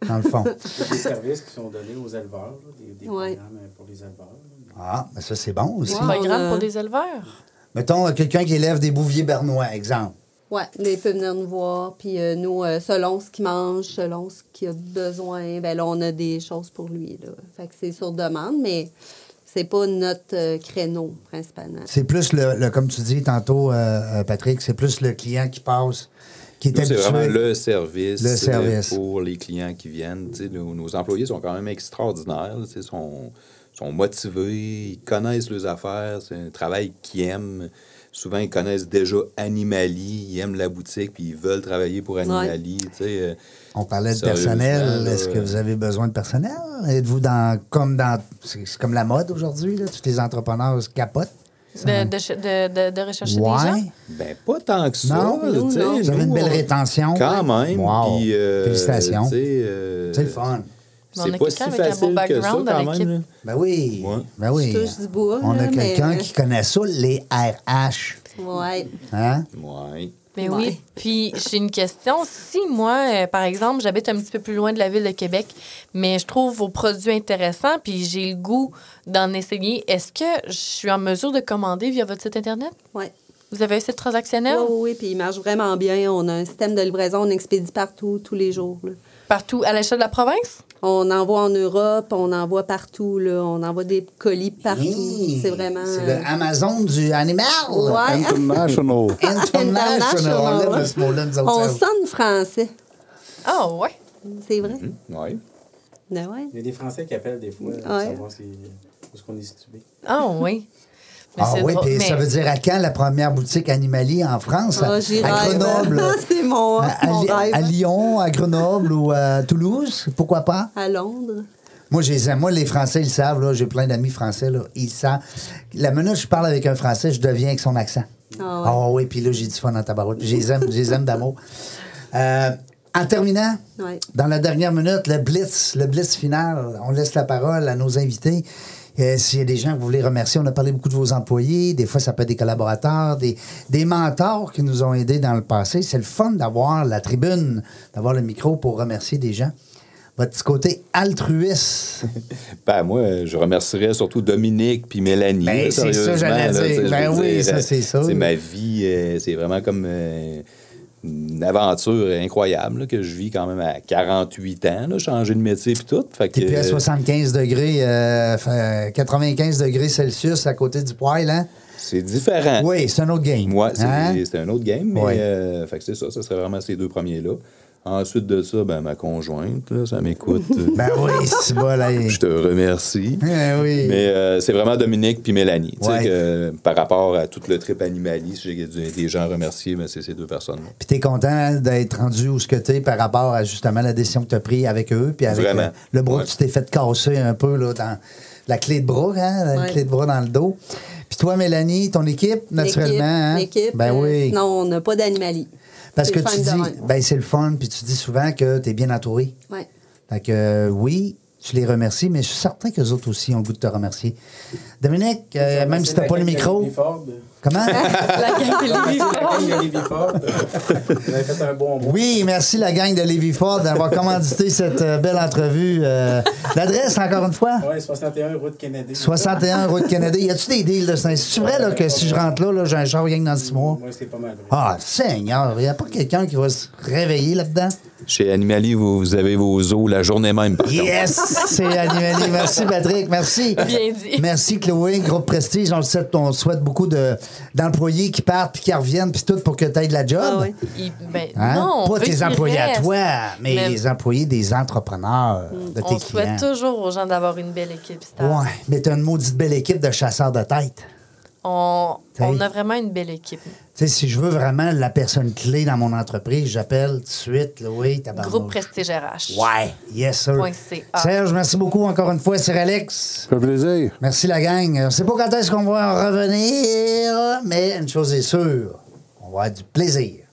S1: dans le fond.
S4: des services qui sont donnés aux éleveurs, là, des, des
S5: Ouais.
S4: programmes euh, pour les éleveurs. là.
S1: Ah, mais ça, c'est bon aussi.
S5: Ouais.
S2: Programme
S5: on a-
S2: pour des éleveurs.
S1: Mettons, euh, quelqu'un qui élève des bouviers bernois, exemple.
S5: Oui, ils peuvent venir nous voir. Puis euh, nous, euh, selon ce qu'il mange, selon ce qu'il a besoin, ben là, on a des choses pour lui. Là. Fait que c'est sur demande, mais c'est pas notre euh, créneau, principalement.
S1: C'est plus le, le- comme tu dis tantôt, euh, euh, Patrick, c'est plus le client qui passe, qui est
S6: Nous, c'est
S1: habitué.
S6: vraiment le service,
S1: Le
S6: euh,
S1: service.
S6: pour les clients qui viennent. Tu sais, Nos, nos employés sont quand même extraordinaires. Ils sont, sont motivés, ils connaissent leurs affaires, c'est un travail qu'ils aiment. Souvent, ils connaissent déjà Animali, ils aiment la boutique, puis ils veulent travailler pour Animali. tu sais, euh,
S1: On parlait de
S6: Sérieusement,
S1: personnel.
S6: là,
S1: Est-ce que
S6: euh,
S1: vous avez besoin de personnel? Êtes-vous dans comme dans c'est c'est comme la mode aujourd'hui, là, tous les entrepreneurs se capotent.
S2: De, de, ch- de, de- de rechercher des gens.
S1: Ouais.
S6: Ben, pas tant que ça.
S1: Non,
S6: là,
S1: non,
S6: tu sais,
S1: non. Vous avez une
S6: nous,
S1: belle
S6: on-
S1: rétention.
S6: Quand même.
S1: Wow.
S6: puis, euh,
S1: Félicitations.
S6: tu sais, euh,
S1: C'est le fun.
S2: Mais on a
S6: C'est pas si
S2: quelqu'un avec un beau
S6: facile que ça,
S2: background,
S6: quand
S2: avec
S6: même.
S2: qui-
S6: là.
S1: Ben oui.
S6: Ouais.
S1: Ben oui.
S5: Je touche du bois,
S1: On a
S5: là,
S1: quelqu'un
S5: mais- euh,
S1: qui connaît ça, les RH.
S5: Ouais.
S1: Hein?
S6: Ouais.
S2: Mais
S5: Ouais.
S2: oui. Puis j'ai une question. Si moi, euh, par exemple, j'habite un petit peu plus loin de la ville de Québec, mais je trouve vos produits intéressants, puis j'ai le goût d'en essayer, est-ce que je suis en mesure de commander via votre site Internet?
S5: Ouais.
S2: Vous avez un site transactionnel?
S5: Oui, oui, oui, puis il marche vraiment bien. On a un système de livraison, on expédie partout, tous les jours. là.
S2: Partout à l'échelle de la province?
S5: On envoie en Europe, on envoie partout, là. on envoie des colis partout.
S1: Hi.
S5: C'est vraiment.
S1: Mmh.
S5: euh,
S1: C'est le Amazon du animal.
S5: Ouais.
S3: International.
S1: International. On lève de ce mot-là, nous autres,
S5: On
S1: ça.
S5: sonne français,
S2: Ah ouais.
S5: c'est vrai.
S1: Mm-hmm.
S6: Ouais.
S5: Ben ouais.
S4: Il y a des Français qui appellent des fois là, pour
S5: Ouais.
S4: savoir si, où est-ce qu'on est situé.
S2: Ah oui. Mais
S1: Ah
S2: c'est
S1: oui,
S2: drôle,
S1: puis
S2: mais-
S1: ça veut dire à quand la première boutique Animalie en France?
S5: Ah,
S1: à
S5: j'y rêve. Ah,
S1: Grenoble.
S5: c'est mon,
S1: à, à
S5: mon
S1: Li- à
S5: rêve.
S1: Lyon, à Grenoble ou à Toulouse, pourquoi pas?
S5: À Londres.
S1: Moi, je les aime. Moi, les Français, ils savent. là. J'ai plein d'amis français. Là. Ils savent. La minute que je parle avec un Français, je deviens avec son accent.
S5: Ah ouais.
S1: oui, puis là, j'ai du fun dans ta Je les aime, je les aime d'amour. Euh, en terminant,
S5: Ouais.
S1: dans la dernière minute, le blitz, le blitz final, on laisse la parole à nos invités. Euh, S'il y a des gens que vous voulez remercier, on a parlé beaucoup de vos employés, des fois ça peut être des collaborateurs, des, des mentors qui nous ont aidés dans le passé. C'est le fun d'avoir la tribune, d'avoir le micro pour remercier des gens. votre petit côté altruiste.
S6: Ben, moi, je remercierais surtout Dominique puis Mélanie.
S1: Ben,
S6: là,
S1: c'est ça,
S6: sérieusement,
S1: j'allais
S6: là,
S1: dire.
S6: tu sais, je
S1: Ben
S6: veux
S1: oui,
S6: dire,
S1: ça,
S6: euh,
S1: c'est ça.
S6: C'est ma vie, euh, c'est vraiment comme euh, une aventure incroyable là, que je vis quand même à 48 ans, là, changer de métier puis tout. Fait que,
S1: T'es plus à
S6: euh,
S1: 75 degrés, euh, fin, 95 degrés Celsius à côté du poil, hein?
S6: c'est différent.
S1: Oui, c'est un autre game.
S6: Moi, Ah. c'est
S1: Hein?
S6: c'est un autre game, mais
S1: Ouais.
S6: euh, fait que c'est ça, ça serait vraiment ces deux premiers-là. Ensuite de ça, ben, ma conjointe, là, ça m'écoute. euh,
S1: Ben oui, c'est bon, là.
S6: je te remercie.
S1: Eh oui.
S6: Mais euh, c'est vraiment Dominique puis Mélanie. Tu sais,
S1: Ouais.
S6: que, euh, par rapport à tout le trip animaliste, j'ai des des gens à remercier, mais c'est ces deux personnes-là.
S1: Puis t'es content d'être rendu où ce que t'es par rapport à justement la décision que t'as prise avec eux, puis avec
S6: Vraiment.
S1: euh, le, bras
S6: Ouais.
S1: que tu t'es fait casser un peu, là, dans la clé de bras, hein, la
S5: Ouais.
S1: clé de bras dans le dos. Puis toi, Mélanie, ton équipe, naturellement, hein?
S5: L'équipe, l'équipe,
S1: ben
S5: euh,
S1: oui.
S5: sinon, on n'a pas d'animalie.
S1: Parce
S5: c'est
S1: que
S5: le
S1: tu
S5: fun de
S1: dis,
S5: même.
S1: ben c'est le fun, puis tu dis souvent que t'es bien entouré.
S5: Ouais.
S1: Fait que euh, oui, tu les remercies, mais je suis certain qu'eux autres aussi ont le goût de te remercier. Dominique, euh, même si t'as pas le micro, comment?
S4: On a fait un bon bout.
S1: Oui, merci la gang de Lévi Ford d'avoir commandité cette euh, belle entrevue. Euh, L'adresse, encore une fois?
S4: Oui, 61 route Kennedy.
S1: 61 Route Canada. Y a-tu des deals de saint C'est vrai là, que si je rentre là, là, j'ai un char rien que dans six mois?
S4: Moi, c'est pas mal.
S1: Ah, Seigneur, y a pas quelqu'un qui va se réveiller là-dedans?
S6: Chez Animali, vous, vous avez vos os la journée même. par contre.
S1: Yes! C'est animé. Merci, Patrick. Merci.
S2: Bien dit.
S1: Merci, Chloé. Groupe Prestige. On, le souhaite, on souhaite beaucoup de- d'employés qui partent puis qui reviennent puis tout pour que tu aies de la job.
S5: Ah oui.
S2: Il- ben,
S1: Hein?
S2: non, on
S1: pas
S2: veut
S1: tes
S2: qu'ils
S1: employés à
S2: restent.
S1: toi,
S2: Mais-
S1: mais,
S2: Mm,
S1: les employés des entrepreneurs de tes
S2: On
S1: clients.
S2: souhaite toujours aux gens d'avoir une belle équipe stable.
S1: Ouais, mais t'as une maudite belle équipe de chasseurs de tête.
S2: On,
S1: Hey.
S2: on a vraiment une belle équipe.
S1: Tu sais, si je veux vraiment la personne clé dans mon entreprise, j'appelle tout de suite, là, oui,
S2: Groupe
S1: tabarnouche.
S2: Prestige RH.
S1: Ouais, yes, sir.
S2: Point CA.
S1: Serge, merci beaucoup encore une fois, Sir Alex.
S3: Ça fait plaisir.
S1: Merci la gang. On sait pas quand est-ce qu'on va en revenir, mais une chose est sûre, on va avoir du plaisir.